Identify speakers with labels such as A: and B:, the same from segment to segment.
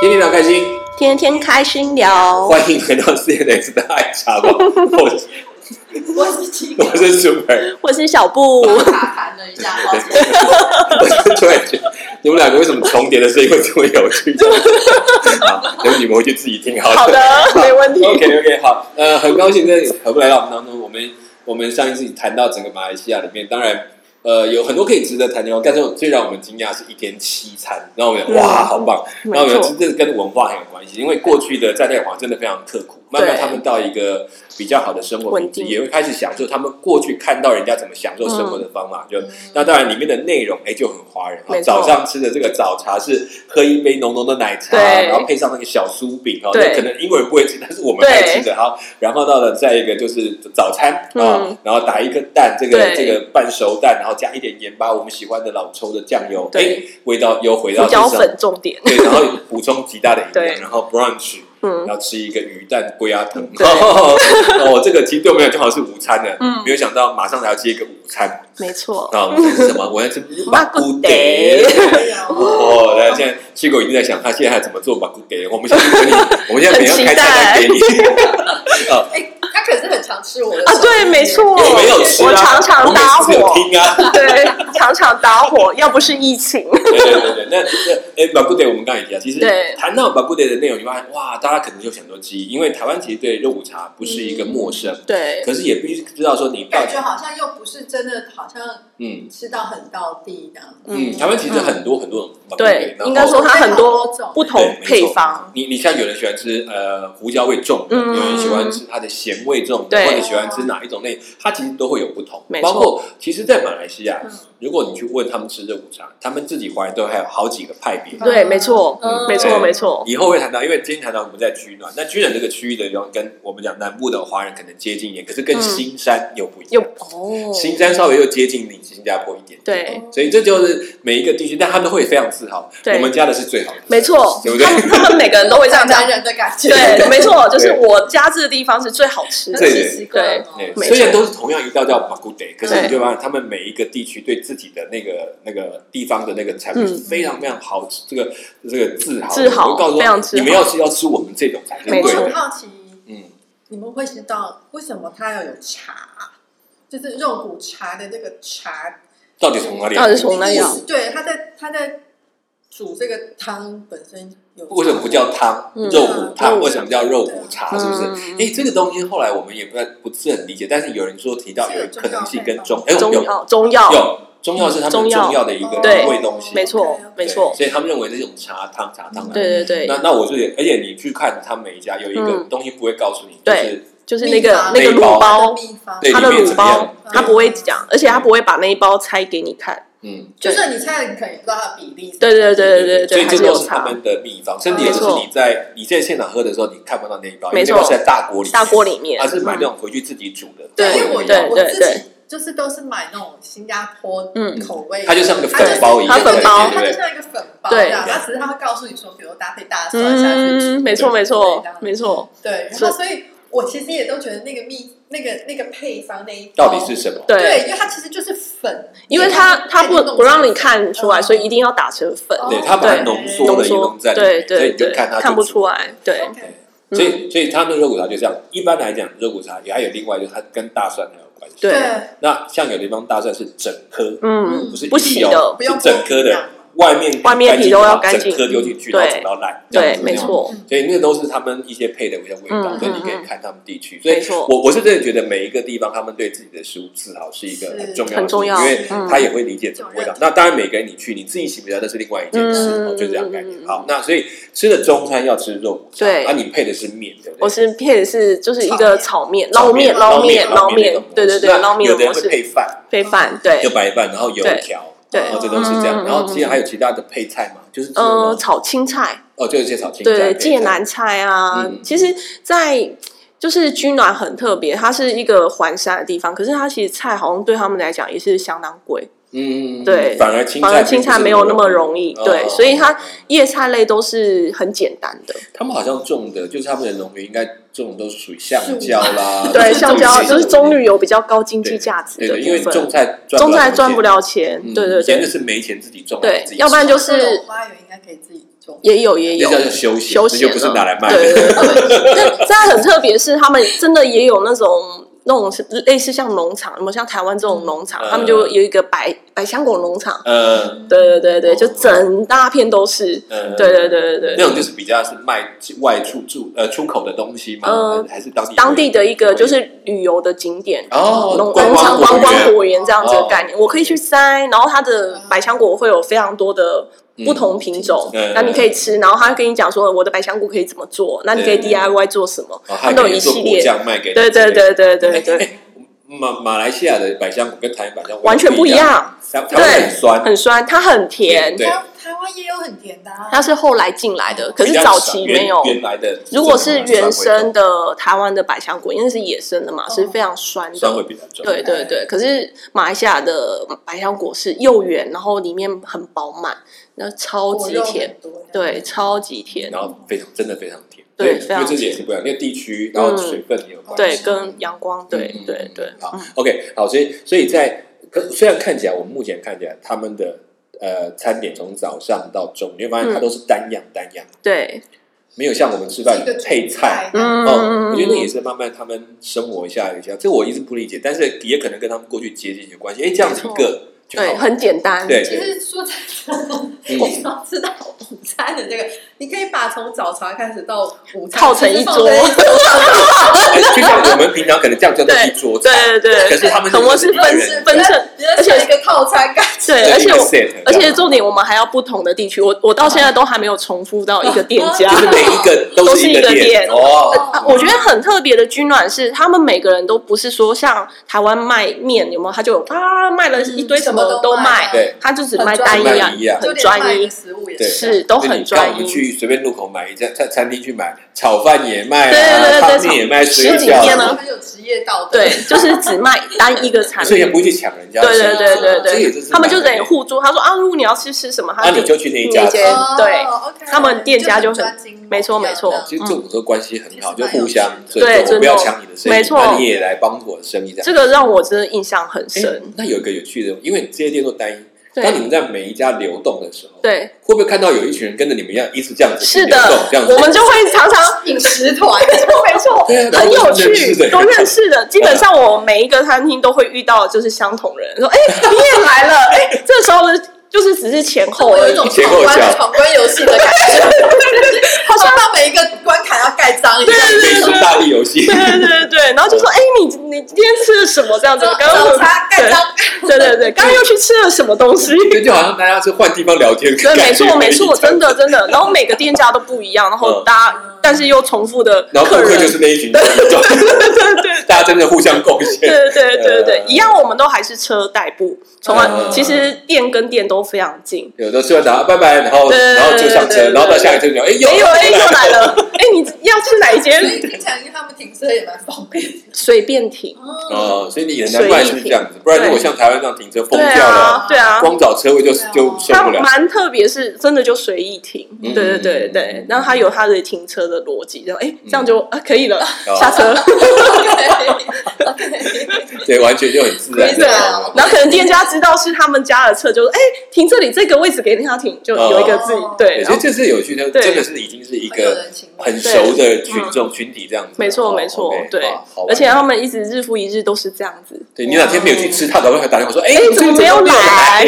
A: 天天聊开心，
B: 天天开心聊。
A: 欢迎回到 CNS 的爱茶吧。 我是
C: 我是七个
A: 我是 Super，
B: 我是 小布，
C: 卡痰了一下，抱歉。
A: 我是突然觉得你们两个为什么重叠的声音会这么有 趣？好，等你们回去自己听好
B: 好的，哦没问题。
A: OK OK，好，呃，很高兴在何不来到我们当中。我们我们上一次谈到整个马来西亚里面，当然呃有很多可以值得谈的地方，但是最让我们惊讶是一天七餐，然后我
B: 嗯
A: 们哇好棒，
B: 没
A: 然后有
B: 错，
A: 真正跟文化很有关系，因为过去的在内华真的非常刻苦，慢慢
B: 对
A: 他们到一个比较好的生活品
B: 稳
A: 质，
B: 定
A: 也会开始享受他们过去看到人家怎么享受生活的方法。就那当然里面的内容，哎，就很华人。
B: 嗯没错
A: 早上吃的这个早茶是喝一杯浓浓的奶茶，
B: 对
A: 然后配上那个小酥饼哦，
B: 对
A: 那可能英国人不会吃，但是我们爱吃的。好，然后到了再一个就是早餐
B: 嗯
A: 啊，然后打一个蛋，这个
B: 对
A: 这个半熟蛋，然后加一点盐巴，我们喜欢的老抽的酱油，
B: 对
A: 哎，味道又回到
B: 胡椒
A: 身上
B: 粉重点。
A: 对，然后补充极大的营
B: 对
A: 养，然后 brunch，
B: 嗯
A: 然后吃一个鱼蛋龟鸭汤，
B: 对
A: 哦，这个其实对我们来讲好像是午餐的，
B: 嗯
A: 没有想到马上还要接一个午餐，
B: 没错，
A: 啊，午餐是什么？我要 吃
B: 马
A: 古
B: 古德
A: 哦，那现在七狗已经在想，他现在还怎么做马古德？我们现在给你，我们现在每样开菜单给你，
C: 哎，他可是很常吃我的
B: 啊，对，没错，
A: 我没有吃啊，
B: 我常常搭
A: 我每次有
B: 伙，
A: 听啊，
B: 对，常常搭伙，要不是疫情，
A: 对对对，对，那那哎，马古德我们刚刚也提到，其实
B: 对
A: 谈到马古德的内容，你发现哇，大家可能就有很多记忆，因为台湾其实对肉骨茶不是一个陌生，
B: 对，
A: 可是也必须知道说你到
C: 感
A: 底
C: 觉好像又不是真的，好像
A: 嗯
C: 吃到很到地这样子。
A: 嗯，台湾其实很多很多种马古德
B: 对，
A: 然后
B: 应该说它很多不同配方，
A: 你你像有人喜欢吃呃胡椒味重的，
B: 嗯
A: 有人喜欢吃它的咸味重的，
B: 对
A: 或者喜欢吃哪一种类，它其实都会有不同
B: 没。错
A: 包括其实，在马来西亚
C: 嗯，
A: 如果你去问他们吃热午餐，他们自己怀疑都还有好几个派别。
B: 对，没错，
C: 嗯
B: 没错，
A: 对
B: 没错，
A: 以后会谈到，因为今天谈到我们在居暖，那居暖这个区域的地方跟我们讲南部的华人可能接近一点，可是跟
B: 嗯
A: 新山又不一
B: 又
A: 样。
B: 哦
A: 新山稍微又接近你新加坡一点点。
B: 对，
C: 哦
A: 所以这就是每一个地区，但他们会非常自豪，
B: 对
A: 我们家的是最好的，
B: 没错，
A: 对不对
B: 他？们他们每个人都会这样讲
C: 男，人的感觉，
B: 对，没错，就是
A: 对
B: 我家住的地方是最好吃的
A: 对，
C: 吃习惯了。
A: 哦对，
B: 没错
A: 虽然都是同样一道叫马古德，可是
B: 对
A: 你就发现他们每一个地区对自己的那个那个地方的那个产品是非常非常好，这个这个自豪，
B: 嗯自豪
A: 我就告诉
B: 非常
A: 他
B: 自豪
A: 你们要吃要吃我们这种才是
B: 没
A: 对
C: 我
B: 错
C: 很
A: 的，
C: 好奇，
A: 嗯，
C: 你们会知道为什么它要有茶，就是肉骨茶的这个茶，
A: 到底从哪里来？
B: 到底是从哪里来
C: 意思对，它在它在煮这个汤本身有
A: 为什么不叫汤
B: 嗯
A: 肉骨汤？
B: 嗯
A: 为什么叫肉骨茶？是不是
B: 嗯？
A: 哎，这个东西后来我们也不太不是很理解，但是有人说提到
C: 是
A: 有
C: 有中
A: 可能性
C: 药
A: 跟
C: 配
A: 中，哎，
B: 中
A: 有
B: 药中药，
A: 有中药是他们
B: 中
A: 重
B: 药
A: 要的一个
B: 对
A: 味东西，
B: 没错
C: OK，OK，
B: 没错
A: 对，所以他们认为这种茶汤茶汤啊。
B: 对对
A: 那
B: 对，
A: 那我就也，而且你去看他每一家有一个
B: 嗯
A: 东西不会告诉你，就
B: 对
A: 是
B: 就是那个
C: 秘方
B: 那个
A: 内
B: 卤包，
C: 秘方，
A: 对
B: 它的
A: 里面
B: 卤
A: 怎么
B: 包
A: 样，
B: 它不会讲，而且它不会把那一包拆给你看，
A: 嗯，
C: 就算你猜，你可能也不知道它的比例。
B: 对对对对对
A: 所以
B: 对，还
A: 这
B: 是
A: 都
B: 有
A: 是他
B: 差。
A: 们的秘方，甚至也
C: 没
A: 就
C: 错
A: 是你在你在现场喝的时候，你看不到那一包，因为
B: 没
A: 那
B: 错
A: 包是在大锅里面，
B: 大锅里面
A: 它是买那种回去自己煮的，
C: 对，因为我
A: 对
B: 对
C: 我
B: 对
C: 自
B: 对
C: 己就是都是买那种新加坡
B: 嗯
C: 口味，
A: 它就像个
C: 它就是
A: 粉包一样，
B: 它粉包
C: 它
A: 对
C: 就
A: 不对？
C: 像一个粉包
B: 对
C: 这样，它只是它会告诉你说，比如搭配大蒜下去
B: 嗯，
C: 煮，
B: 没错没错没
C: 错，
B: 错，
C: 对，然后所以我其实也都觉得那个蜜那个那个配方那一包
A: 到底是什么？
B: 对，
C: 对，因为它其实就是粉，
B: 因为它它不不让你看出来，
C: 嗯
B: 所以一定要打成粉
C: 哦
A: 对，它把它
B: 对
A: 浓缩
B: 浓
A: 了一
B: 缩
A: 弄，在里
B: 对
A: 面，所以
B: 对
A: 你就
B: 对，
A: 看它
B: 看不出
A: 来。
B: 来，对，
C: OK，
B: 嗯
A: 所以，所以他们的肉骨茶就这样。一般来讲，肉骨茶也还有另外一个，它跟大蒜很有关系。
B: 对
A: 那像有的地方大蒜是整颗，
B: 嗯，
A: 不是
B: 不
A: 一
B: 洗
A: 粒哦
B: 的，
C: 不用
A: 是整颗
C: 剥皮这
A: 的
C: 样，
A: 外面
B: 外面皮都要
A: 干
B: 干
A: 净
B: 净
A: 整颗丢进去，
B: 对
A: 然后煮到烂，这样
B: 对
A: 子，
B: 没。错，
A: 所以那都是他们一些配的一些味道，
B: 嗯
A: 所以你可以看他们地区。所以
B: 没错
A: 我我是真的觉得每一个地方他们对自己的食物自豪是一个很重要的事情，
B: 很重要
A: 因为
B: 嗯
A: 他也会理解这种味道。那当然每个人你去你自己喜不喜欢那是另外一件事，
B: 嗯
A: 哦就这样感觉
B: 嗯。嗯
A: 好，那所以吃的中餐要吃肉骨茶，
B: 对
A: 那你配的是面，对不
B: 我
A: 对？
B: 是配的是就是一个炒面捞面
A: 捞
B: 面
A: 捞
B: 捞面
A: 的模，式
B: 对对对
A: 那
B: 捞面
A: 有
B: 的
A: 的人
B: 模
A: 会
B: 式
A: 配饭，
B: 配饭，对
A: 就，白饭，然后油
B: 对
A: 条。哦
B: 对
A: 然后这都是这样，
B: 嗯
A: 然后其实还有其他的配菜嘛，就是这
B: 呃
A: 种
B: 炒青菜，
A: 哦，就有些炒青菜
B: 对
A: 配
B: 芥
A: 菜
B: 蓝菜啊
A: 嗯，
B: 其实，在。就是居暖很特别，它是一个环山的地方，可是它其实菜好像对他们来讲也是相当贵，
A: 嗯，
B: 对
A: 反而青菜
B: 反而青菜没有那么
A: 易，
B: 容易，
A: 哦
B: 对，所以它叶菜类都是很简单的，
A: 他们好像种的，就是他们的农民应该种的都是属于橡胶啦，
B: 对，
A: 这种
B: 橡胶
A: 这种
B: 就是棕榈有比较高经济价值
A: 对
B: 的
A: 的，因为
B: 部
A: 种
B: 分，
A: 菜
B: 种菜赚不
A: 了
B: 了钱
A: 钱，，
B: 对对
A: 以前就
B: 对，
A: 是没钱自己种，
B: 对
A: 自己吃
B: 要不然就
C: 那种
B: 是
C: 花园应该可以自己种，
B: 也有也
A: 那
B: 有
A: 叫做休闲，
B: 休闲
A: 这就不是拿来卖
B: 了对
A: 的，
B: 对对对， 但但很特别是他们真的也有那种。那种是类似像农场，那么像台湾这种农场，
A: 嗯
B: 他们就有一个百百香果农场，
A: 呃
B: 对对对对，就整大片都是，
A: 呃，
B: 对对对对
A: 那
B: 对，
A: 种就是比较是卖外出住呃出口的东西吗？
B: 呃
A: 还是当地
B: 当地的一个就是旅游的景点，
A: 哦
B: 农
A: 观哦
B: 农
A: 光
B: 场
A: 果
B: 观光
A: 园
B: 果园这样子的概念，我可以去摘，然后它的百香果会有非常多的不同品种
A: 嗯，
B: 那你可以吃，然后他会跟你讲说我的百香果可以怎么做，那你可以
A: 对
B: DIY 做什么，
A: 哦
B: 它
A: 还
B: 都
A: 可
B: 有
A: 以
B: 一
A: 做
B: 系
A: 果
B: 列，
A: 酱卖给你
B: 对
A: 之
B: 对
A: 类的
B: 对对对对，
A: 马马来西亚的百香果跟台湾百香果
B: 完全不一
A: 样，
B: 样，
A: 它它会很酸，
B: 很酸，它很甜，
A: 对嗯
C: 台台湾也有很甜的、啊，
B: 它是后来进来的，可是
A: 比较
B: 早
A: 少
B: 期
A: 原
B: 没有。
A: 原来的，
B: 如果是原生
A: 的
B: 的台湾的百香果，因为是野生的嘛，
A: 哦
B: 是非常酸
A: 酸会
B: 的。
A: 比较重，
B: 对对对，可是马来西亚的百香果是又圆，然后里面很饱满，然后超
C: 果
B: 级
C: 肉
B: 甜，
C: 很多的，
B: 对，超级甜，
A: 然后非常真的非常甜，
B: 对非
A: 因
B: 常
A: 为这也是不一样，因为地区然后水分也有关
B: 对，
A: 系，
B: 跟阳光，对
A: 嗯
B: 对对，
A: 好
B: 嗯
A: ，OK，好，所以所以在可虽然看起来我们目前看起来他们的呃餐点从早上到中午，你会发现它
B: 嗯
A: 都是单样单样，
B: 对，
A: 没有像我们吃
C: 是
A: 饭
C: 一个主
A: 配菜。
C: 的
B: 嗯
A: 哦，我觉得那也是慢慢他们生活一下一下，这我一直不理解，但是也可能跟他们过去节俭有关系。哎，这样子一个就好
B: 对，
A: 了，
B: 很简单，
A: 对
C: 其实说真的，
A: 嗯
C: 你要知道午餐的这个，你可以把从早茶开始到午餐
B: 套成一桌
C: 其 实放在
A: 哎就像我们平常可能这样叫做一桌菜，
B: 对对
A: 可
B: 对，
A: 是他们
B: 可能是分
A: 式，
B: 分成，
C: 而且一个套餐感觉。
B: 对，而且我。
A: 我
B: 而且重点，我们还要不同的地区，我我到现在都还没有重复到一个店家
C: 哦
A: 就是。每一个都是个
B: 都是一个
A: 店
B: 店
A: 哦
B: 啊。我觉得很特别的军暖是，他们每个人都不是说像台湾卖面有没有，他就有啊卖了一堆
C: 嗯
B: 什么
C: 什么都
B: 都
C: 卖
B: 卖，
A: 对
B: 他就只卖单
A: 很专一
B: 一
A: 啊
B: 啊，
C: 就
B: 很
C: 连卖
B: 专
C: 的
B: 一，
C: 食物也
A: 对啊
B: 是都很
A: 那你看我
B: 专
A: 们
B: 一。
A: 去随便路口买一家餐餐厅去买炒饭也卖
B: 对对
A: 啊，
B: 对对
A: 汤面也卖，水
B: 十几
A: 饺
B: 天
A: 也
B: 了
A: 卖
B: 呢
C: 很有职业道德。
B: 对，就是只卖单一个 产
A: 所以也
B: 品。
A: 不会去抢人家的
B: 对
A: 吃。啊
B: 对对对
A: 这也
B: 对
A: 是
B: 他们就
A: 蛮
B: 等于互助。他说啊，如果你要吃吃什么，
A: 那
B: 他
A: 啊你就去那一
B: 那
A: 家
B: 一
A: 吃。
B: 间
C: 哦
B: 对
C: OK，
B: 他们店家就很
C: 就很专精哦
B: 没错没错
A: 其实这种时候关系很好，
C: 嗯
A: 就互相
C: 其
B: 实蛮有趣的对
A: 我不要
B: 尊重
A: 抢你的生意，
B: 没错
A: 那你也来帮我的生意这样。
B: 这个让我真的印象很
A: 哎
B: 深。
A: 那有一个有趣的，因为这些店都单一，当你
B: 对
A: 们在每一家流动的时候，
B: 对，
A: 会不会看到有一群人跟着你们一样一直这样子
B: 是
A: 流动
B: 的
A: 这样，子
B: 我们就会 常常
C: 饮食团，
B: 没错，
A: 对啊
B: 很有
A: 都认识
B: 趣
A: 的，
B: 都认识的。基本上我每一个餐厅都会遇到，就是相同人说：“哎、你也来了。哎、这时候呢，就是只是前后
C: 我有
B: 而
C: 一
B: 已，
C: 种
A: 前后
C: 闯关
A: 脚
C: 闯关游戏的感觉，好像到每一个关卡要盖章一样。
A: 背书大力游戏
B: 对，对对对对。然后就说：“哎、你你今天吃了什么？这样子，
C: 早
B: 刚刚
C: 早茶盖章，
B: 对对对 对，刚刚又去吃了什么东西？”
A: 这就好像大家是换地方聊天，
B: 对，没错，没错，真
A: 的。
B: 的，真的。然后每个店家都不一样，然后大家，但是又重复的
A: 嗯然后顾
B: 客
A: 客
B: 人，
A: 就是那一群人，大家真的互相贡献。
B: 对对对对对
A: 呃，
B: 一样，我们都还是车代步，从来、
A: 嗯
B: 其实店跟店都非常近。
A: 有的吃完打拜拜，然后
B: 对对对
A: 然后就上车，
B: 对对对
A: 然后到下一站就哎
B: 没
A: 有
B: 有哎，又来 了，哎，你要吃哪一
C: 所以
B: 间？
C: 听起来，因为他们停车也蛮方便的。
B: 随便停。
C: 哦，
A: 哦，所以你也难怪是这样子，不然如果像台湾这样停车疯
B: 对
A: 掉了，
B: 啊，对啊，
A: 光找车位就就受
B: 它
A: 不了。
B: 蛮特别，是真的就随意停。
A: 嗯
B: 对对对对，然后它有它的停车的逻辑，然后哎，这样就啊可以了，
A: 嗯哦
B: 下车。
A: 对，完全就很自然。
B: 对
C: 啊
B: 然后可能店家知道是他们家的车，就说哎，停这里这个位置给他停，就有一个自己
C: 哦
B: 对。
A: 对，
B: 然
A: 所以
B: 后
A: 这是有趣的，
B: 对嗯
A: 真的是已经是一
C: 很有
A: 个
C: 人情味
A: 很熟的群众群体这样子。
B: 没错
A: 哦
B: 没错
A: OK，，
B: 对
A: 好好，玩哦
B: 而且他们一直日复一日都是这样子。
A: 对你哪天没有去吃，他早上还打电话 说，哎
B: 哎，，怎么没有
A: 你这个
B: 来？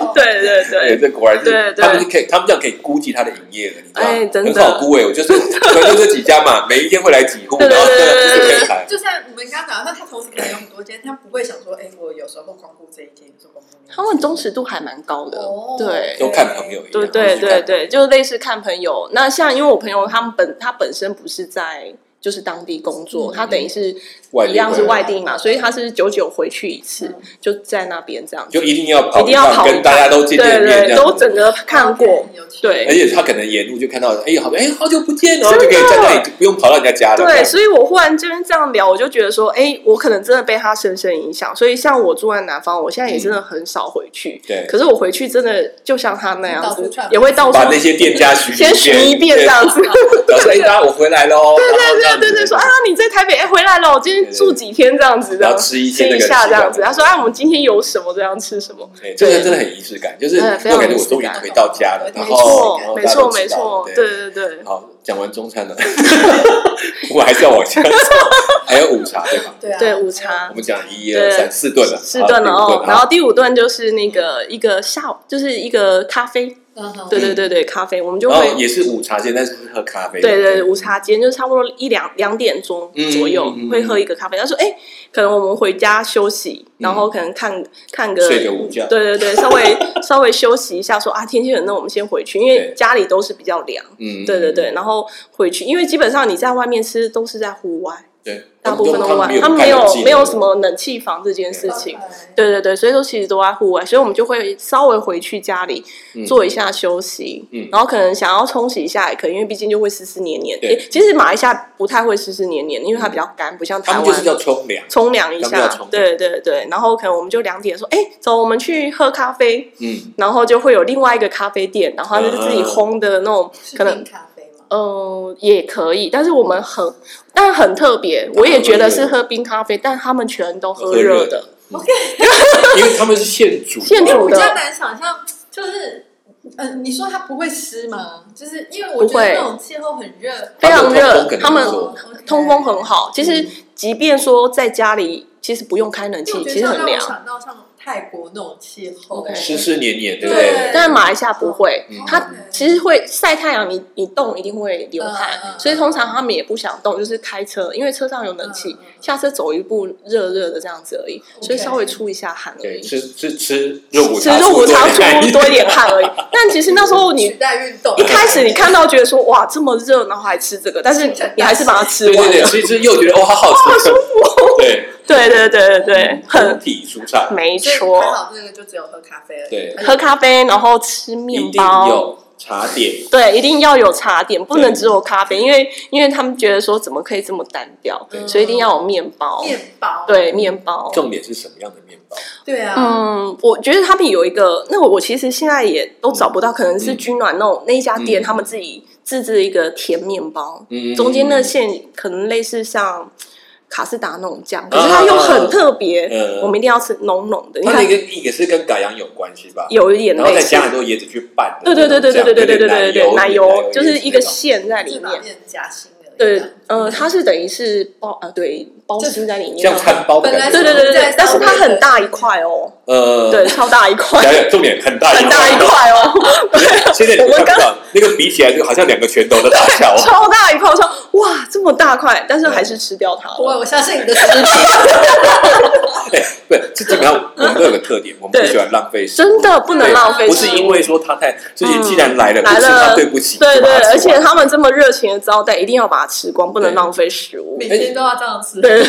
C: 哦
B: 对对对
A: 对，
B: 对。
A: 这果然是
B: 对对
A: 他们可以，他们这样可以估计他的营业额，你知道吗？
B: 哎真的
A: 很好估哎，我就是 可能就这几家嘛，每一天会来几户，
B: 对对
A: 然后
B: 对对
A: 就
B: 对
A: 可以排。
C: 就像你们刚刚讲，那他同时可能有很多间，他不会想说，哎，我有时候光顾这一间，有时候光顾那一间
B: 他们忠实度还蛮高的，
C: 哦
B: 对
A: 都看朋友一样，
B: 对
A: 就
B: 对
A: 是
B: 对
A: 看，
B: 对，就类似看朋友。那像因为我朋友他们本他本身不是在就是当地工作，
C: 嗯
B: 他等于是
A: 外地
B: 一样是
A: 回来嗯
B: 外地嘛，所以他是久久回去一次，
C: 嗯
B: 就在那边这样子，
A: 就一定要跑
B: 一定要
A: 趟
B: 跑一
A: 跟大家都见见
B: 对
A: 面，这
B: 对，
A: 样
B: 都
A: 子哦
B: 整个看过。
C: 有趣
B: 对
A: 而且他可能沿路就看到，哎，好，哎，好久不见哦，
B: 真的
A: 就可以在那里就不用跑到人家家了。这
B: 对，
A: 样
B: 所以我忽然这边这样聊，我就觉得说，哎，我可能真的被他深深影响。所以像我住在南方，我现在也真的很少回去。
A: 对
B: 可是我回去真的就像他那样
C: 到处
B: 子
C: 串，门
B: 也会到处
A: 把那些店家巡
B: 先寻一遍这
A: 对
B: 样子。
A: 表示哎，大家我回来喽。对
B: 对对对，说啊，你在台北哎，回来了，我今天住几天这样子
A: 然
B: 的
A: 后，吃一些
B: 吃
A: 那
B: 一
A: 个
B: 下
A: 习
B: 这
A: 惯
B: 样子。他说啊，我们今天有什么这样吃什么，
A: 对，哎这个真的很仪式感，就是
B: 嗯非
A: 我
B: 常
A: 感觉
B: 有
A: 我
B: 仪式
A: 终于
C: 感
A: 回到家了，然
B: 没
A: 后
B: 错
A: 然后
B: 哦
A: 哦大
B: 没
A: 家都
B: 错
A: 知
B: 没
A: 道
B: 错，
A: 了
B: 对对对。
A: 好，讲完中餐了， 我们还是要往下走，还有午茶对吧？
C: 对啊，
B: 对午茶
A: 我们讲一二三四顿了，
B: 四顿了
A: 啊好第五
B: 哦，
A: 顿
B: 然后第五顿就是那个一个下午，就是一个咖啡，
C: 嗯
A: 哦
C: 哼，
B: 对对对对，咖啡，我们就
A: 然后
B: 会
A: 也是午茶间，但是是喝咖啡的，
B: 对对午茶间，就是差不多一两两点钟
A: 嗯
B: 左右
A: 嗯嗯嗯
B: 会喝一个咖啡。他说，哎，可能我们回家休息，
A: 嗯
B: 然后可能看看个
A: 睡个午觉
B: 对对对，稍微稍微休息一下，说啊天气冷，那我们先回去，因为
A: 对
B: 家里都是比较凉，
A: 嗯，
B: 对对对，然后回去，因为基本上你在外面吃都是在户外，
A: 对，
B: 大部分都
A: 他们
B: 外，
A: 他
B: 他
A: 们
B: 们没有
A: 冷气
B: 没有什么冷气房这件事情。对对对，所以说其实都在户外，所以我们就会稍微回去家里
A: 嗯
B: 做一下休息，
A: 嗯
B: 然后可能想要冲洗一下也可以，因为毕竟就会湿湿黏黏。
A: 对
B: 诶其实马来西亚不太会湿湿黏黏，因为它比较干，不像台
A: 他
B: 湾
A: 们。就是要冲凉，
B: 冲凉一
A: 他们
B: 下
A: 叫冲，
B: 对对对，然后可能我们就两点说，哎，走，我们去喝咖啡，
A: 嗯，
B: 然后就会有另外一个咖啡店，然后它就是自己
A: 嗯
B: 烘的那种，
C: 是
B: 可能
C: 冰咖啡吗？
B: 呃，也可以，但是我们很，但很特别，我也觉得是喝冰咖啡，但他们全都喝热的，
A: 嗯因为他们是现煮，
B: 现煮
C: 我比
B: 的
C: 较难想象，就是，嗯，你说它不会湿吗？就是因为我
B: 不
C: 觉得
B: 会
C: 那种气候很热，
B: 非
A: 他们
B: 常
A: 通
B: 热
A: 风可能，
B: 他们
A: 不错
C: 哦，OK
B: 通风很好。其实即便说在家里，其实不用开冷
C: 因为
B: 气，
C: 我觉
B: 其
C: 得
B: 实
C: 像
B: 很
C: 让我
B: 凉。
C: 想到像泰国那种气候
B: OK，
A: 湿湿黏黏，对不
C: 对
B: 但是马来西亚不会
A: 嗯，
B: 它其实会晒太阳，你你动一定会流汗
C: 嗯嗯，嗯
B: 所以通常他们也不想动，就是开车，因为车上有冷气
C: 嗯嗯，嗯
B: 下车走一步热热的这样子而已，
C: OK
B: 所以稍微出一下汗而
A: 对，
B: 已。
A: 吃吃吃肉骨
B: 其
A: 茶，
B: 实我常出
A: 对
B: 多一点汗 而已，但其实那时候你
C: 取代运动，
B: 一开始你看到觉得说哇这么热，然后还吃这个，但是你还是把它吃
A: 对
B: 完
A: 对对，
B: 了。
A: 其实又觉得哦，好好 吃，好舒服， 对，
B: 对对对对对，
A: 身
B: 很
A: 体舒畅，
B: 没
C: 所以
B: 错
C: 还。好这个就只有喝咖啡而已，
A: 对
B: 喝咖啡，然后吃面
A: 一定
B: 包。
A: 有茶点，
B: 对，一定要有茶点，不能只有咖啡，因为因为他们觉得说怎么可以这么单调，
C: 对
B: 所以一定要有面包。
C: 面包，
B: 对，面包。
A: 重点是什么样的面包？
C: 对啊，
B: 嗯，我觉得他们有一个，那我其实现在也都找不到，可能是君暖那种那一家店，
A: 嗯
B: 他们自己自制一个甜面包，
A: 嗯，
B: 中间那馅可能类似像卡士达那种酱，可是它又很特别，
A: 啊嗯
B: 我们一定要吃浓浓的。你
A: 它
B: 看
A: 那，个也是跟嘎羊有关系吧？
B: 有一点
A: 然后
B: 类
A: 再
B: 似
A: 加，很多椰子去拌的
B: 对
A: 那
B: 对
A: 种
B: 对
A: 酱，
B: 对对对
A: 对
B: 对对对对对，奶
A: 奶
B: 油就是一个
A: 椰子
B: 馅在里
C: 自把
B: 面。
C: 面夹心的，
B: 对，呃，它是等于是包啊，对，包
C: 就
B: 心在里
A: 那种像
B: 面。啊
A: 餐包的
C: 本来
A: 感
B: 对
A: 觉，
B: 对对对
C: 在
B: 对，但是
C: 上面
B: 它很大一块哦，
A: 呃，
B: 对，，超大一块，
A: 讲讲重点，很大
B: 很大一
A: 块，
B: 块哦，
A: 现在你
B: 我们
A: 看不到那个比起来就好像两个拳头的大 小哦，
B: 超大一块，我说哇这么大块，但是还是吃掉它
C: 不会，
B: 了。
C: 我相信 你的实力，
A: 对，不是，这基本上我们都有个特点，我们不
B: 对
A: 喜欢浪费食物，
B: 真的不能浪费
A: 不
B: 食
A: 是
B: 物，
A: 因为说他太，就是既然来了，
B: 嗯来
A: 不吃
B: 了
A: 他对不起，
B: 对
A: 就
B: 对
A: 把它，吃
B: 而且
A: 完
B: 他们这么热情的招待，一定要把它吃光，不能
A: 对
B: 浪费食物。
C: 每天都要这样吃，
B: 对，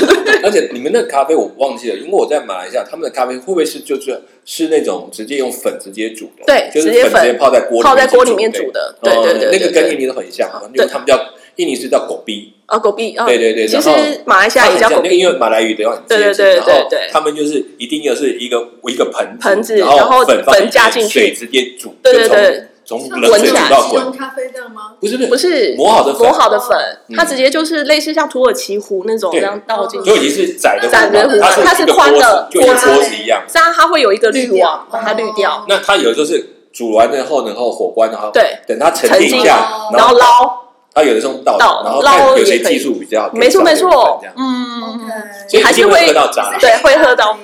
A: 而且你们那咖啡我忘记了，因为我在马来西亚，他们的咖啡会不会是就是是那种直接用粉直接煮的？
B: 对
A: 就是
B: 直接
A: 粉
B: 粉
A: 直接泡在锅里面
B: 泡在锅里面煮
A: 的。
B: 的，对
A: 哦
B: 对对，
A: 那个
B: 对
A: 跟
B: 对
A: 印尼的很像，
B: 啊
A: 因为他们叫印尼是叫狗逼，
B: 啊狗币啊，
A: 对对对
B: 其
A: 然后
B: 实马来西亚也
A: 它
B: 叫
A: 很
B: 狗
A: 像那个因
B: 币，
A: 为马来语的话很接近，
B: 对对对对
A: 然后
B: 对
A: 他们就是一定要是一个一个盆
B: 盆子
A: 然
B: 然后
A: 粉放
B: 粉加进去
A: 水直接煮，
B: 对
A: 就
B: 对
A: 从
B: 对，
A: 从
C: 像
A: 冷水
B: 闻起
A: 煮
B: 来
A: 到
C: 即溶
A: 滚，
C: 咖啡这样吗？
A: 不是不是
B: 不是
A: 磨好的粉
B: 磨好的粉，
A: 嗯
B: 它直接就是类似像土耳其壶那种
A: 对
B: 这样倒进去，
A: 就已经是窄的
B: 窄的
A: 壶
B: 壶
A: 嘛，它
B: 它
A: 是
B: 是
A: 一个
B: 宽
A: 锅
B: 的
A: 子，就一个
C: 锅子
A: 锅子一样。
B: 这样它会有一个滤
C: 滤掉
B: 网把它滤掉，
A: 那它有的时候是煮完了后呢，然后火关，然后
B: 对，
A: 等它沉淀一
B: 沉
A: 下，
C: 浸
B: 然后捞，
A: 它有的时候倒，
B: 倒
A: 然后
B: 捞
A: 看
B: 了
A: 有谁
B: 也可以
A: 技术比较好，
B: 没错
A: 可以
B: 没
A: 少一
B: 错
A: 点，这样
B: 嗯，
A: 所以
B: 还是
A: 一定
B: 会
A: 喝到渣
C: 就
A: 男
C: 是
B: 对会喝到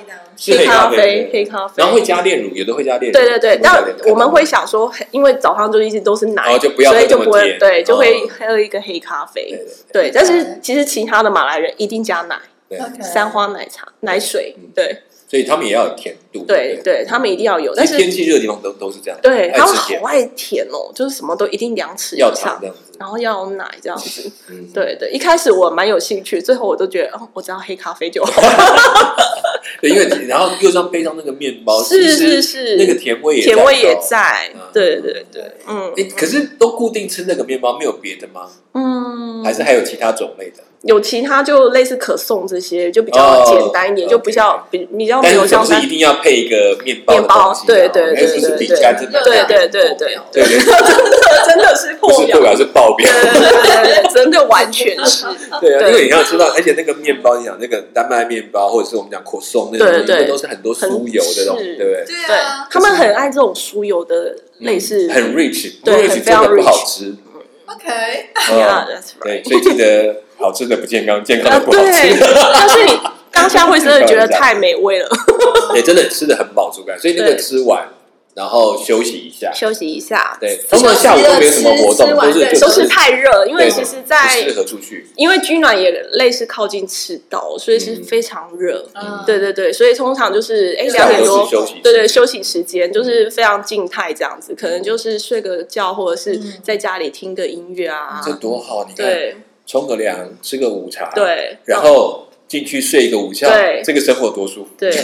C: 黑咖啡的
A: 是
B: 黑
A: 黑
B: 咖
A: 咖啡，
B: 啡，黑咖啡，
A: 然后会加炼乳，有的会加炼乳，
B: 对对对，
A: 不加
B: 但
A: 炼乳
B: 我们会想说，因为早上就一直都是奶，
A: 哦就不要
B: 所以就
A: 喝那么
B: 不会
A: 甜
B: 对，就会
A: 哦
B: 喝一个黑咖
A: 对
B: 啡。
A: 对
B: 对，但是其实其他的马来人一定加奶，
A: 对，对
C: OK
B: 三花奶茶、奶水
A: 嗯，
B: 对
A: 所以他们也要有甜度，
B: 对
A: 对，
B: 对，他们一定要有。
A: 其
B: 但
A: 实天
B: 是
A: 气热的地方都都是这样，
B: 对
A: 爱
B: 他们
A: 吃甜
B: 好爱甜哦，就是什么都一定两尺以
A: 要糖
B: 上
A: 这，样子，
B: 然后要有奶这样子。
A: 嗯，
B: 对对，一开始我蛮有兴趣，最后我都觉得哦，我只要黑咖啡就
A: 哦
B: 好。
A: 对，因为然后又上配上那个面包，
B: 是
A: 其实
B: 是是
A: 那个甜味也
B: 甜味
A: 在
B: 也
A: 哦，
B: 在
A: 嗯，
B: 对对对，嗯
A: 诶可是都固定吃那个面包，没有别的吗？
B: 嗯，
A: 还是还有其他种类的？
B: 有其他就类似可颂这些，就比较
A: 哦
B: 简单一点，就
A: OK
B: 比较比比较
A: 但
B: 没有
A: 是
B: 像
A: 总是一定要配一个面包的
B: 面包
A: 东西啊，
B: 对对
A: 因为
B: 对
A: 不是
B: 对
A: 饼
B: 对
A: 干，真的
B: 对对对对
A: 对对，
B: 真的是
A: 不
B: 破
A: 是
B: 表
A: 破，表是爆表。
B: 对对对对真的完全 是，
A: 对啊，
B: 对
A: 因为你要知道，而且那个面包，你想那个丹麦面包，或者是我们讲可颂那种，
B: 对对
A: 那个都是很多酥油的东西，
B: 很
A: 对不对？
C: 对
B: 对
C: 啊，
B: 他们很爱这种酥油的类似
A: 嗯很 rich，不
B: 对
A: rich
B: 很
A: 真
B: 非常
A: 的不
B: rich
A: 好 吃。
C: ，OK，
B: Yeah,
A: 嗯
B: that's right
A: 对，所以记得好吃的不健康，健康
B: 啊，
A: 的不好
B: 对，
A: 吃。
B: 但是你当下会真的觉得太美味了，
A: 也真的吃的很饱足感，所以那个
B: 对
A: 吃完然后 休息一下。
B: 休息一下。
A: 对，通常下午都没有什么活动，
C: 吃
A: 都
C: 完
A: 是
C: 对
B: 都是太热了，因为
A: 对
B: 其实
A: 不
B: 在，
A: 适合出去。
B: 因为居暖也类似靠近赤道，所以是
A: 嗯
B: 非常热。
C: 嗯
B: 对对对，所以通常就是哎
A: 下
B: 两点
A: 午
B: 多
A: 是，休息时间，
B: 对对，休息时间就是非常静态这样子，可能就是睡个觉，或者是
C: 嗯
B: 在家里听个音乐啊。
A: 这多好！你看，
B: 对
A: 冲个凉，吃个午茶，，
B: 对，
A: 然后进去睡一个午觉
B: 对，
A: 这个生活多舒服。
B: 对，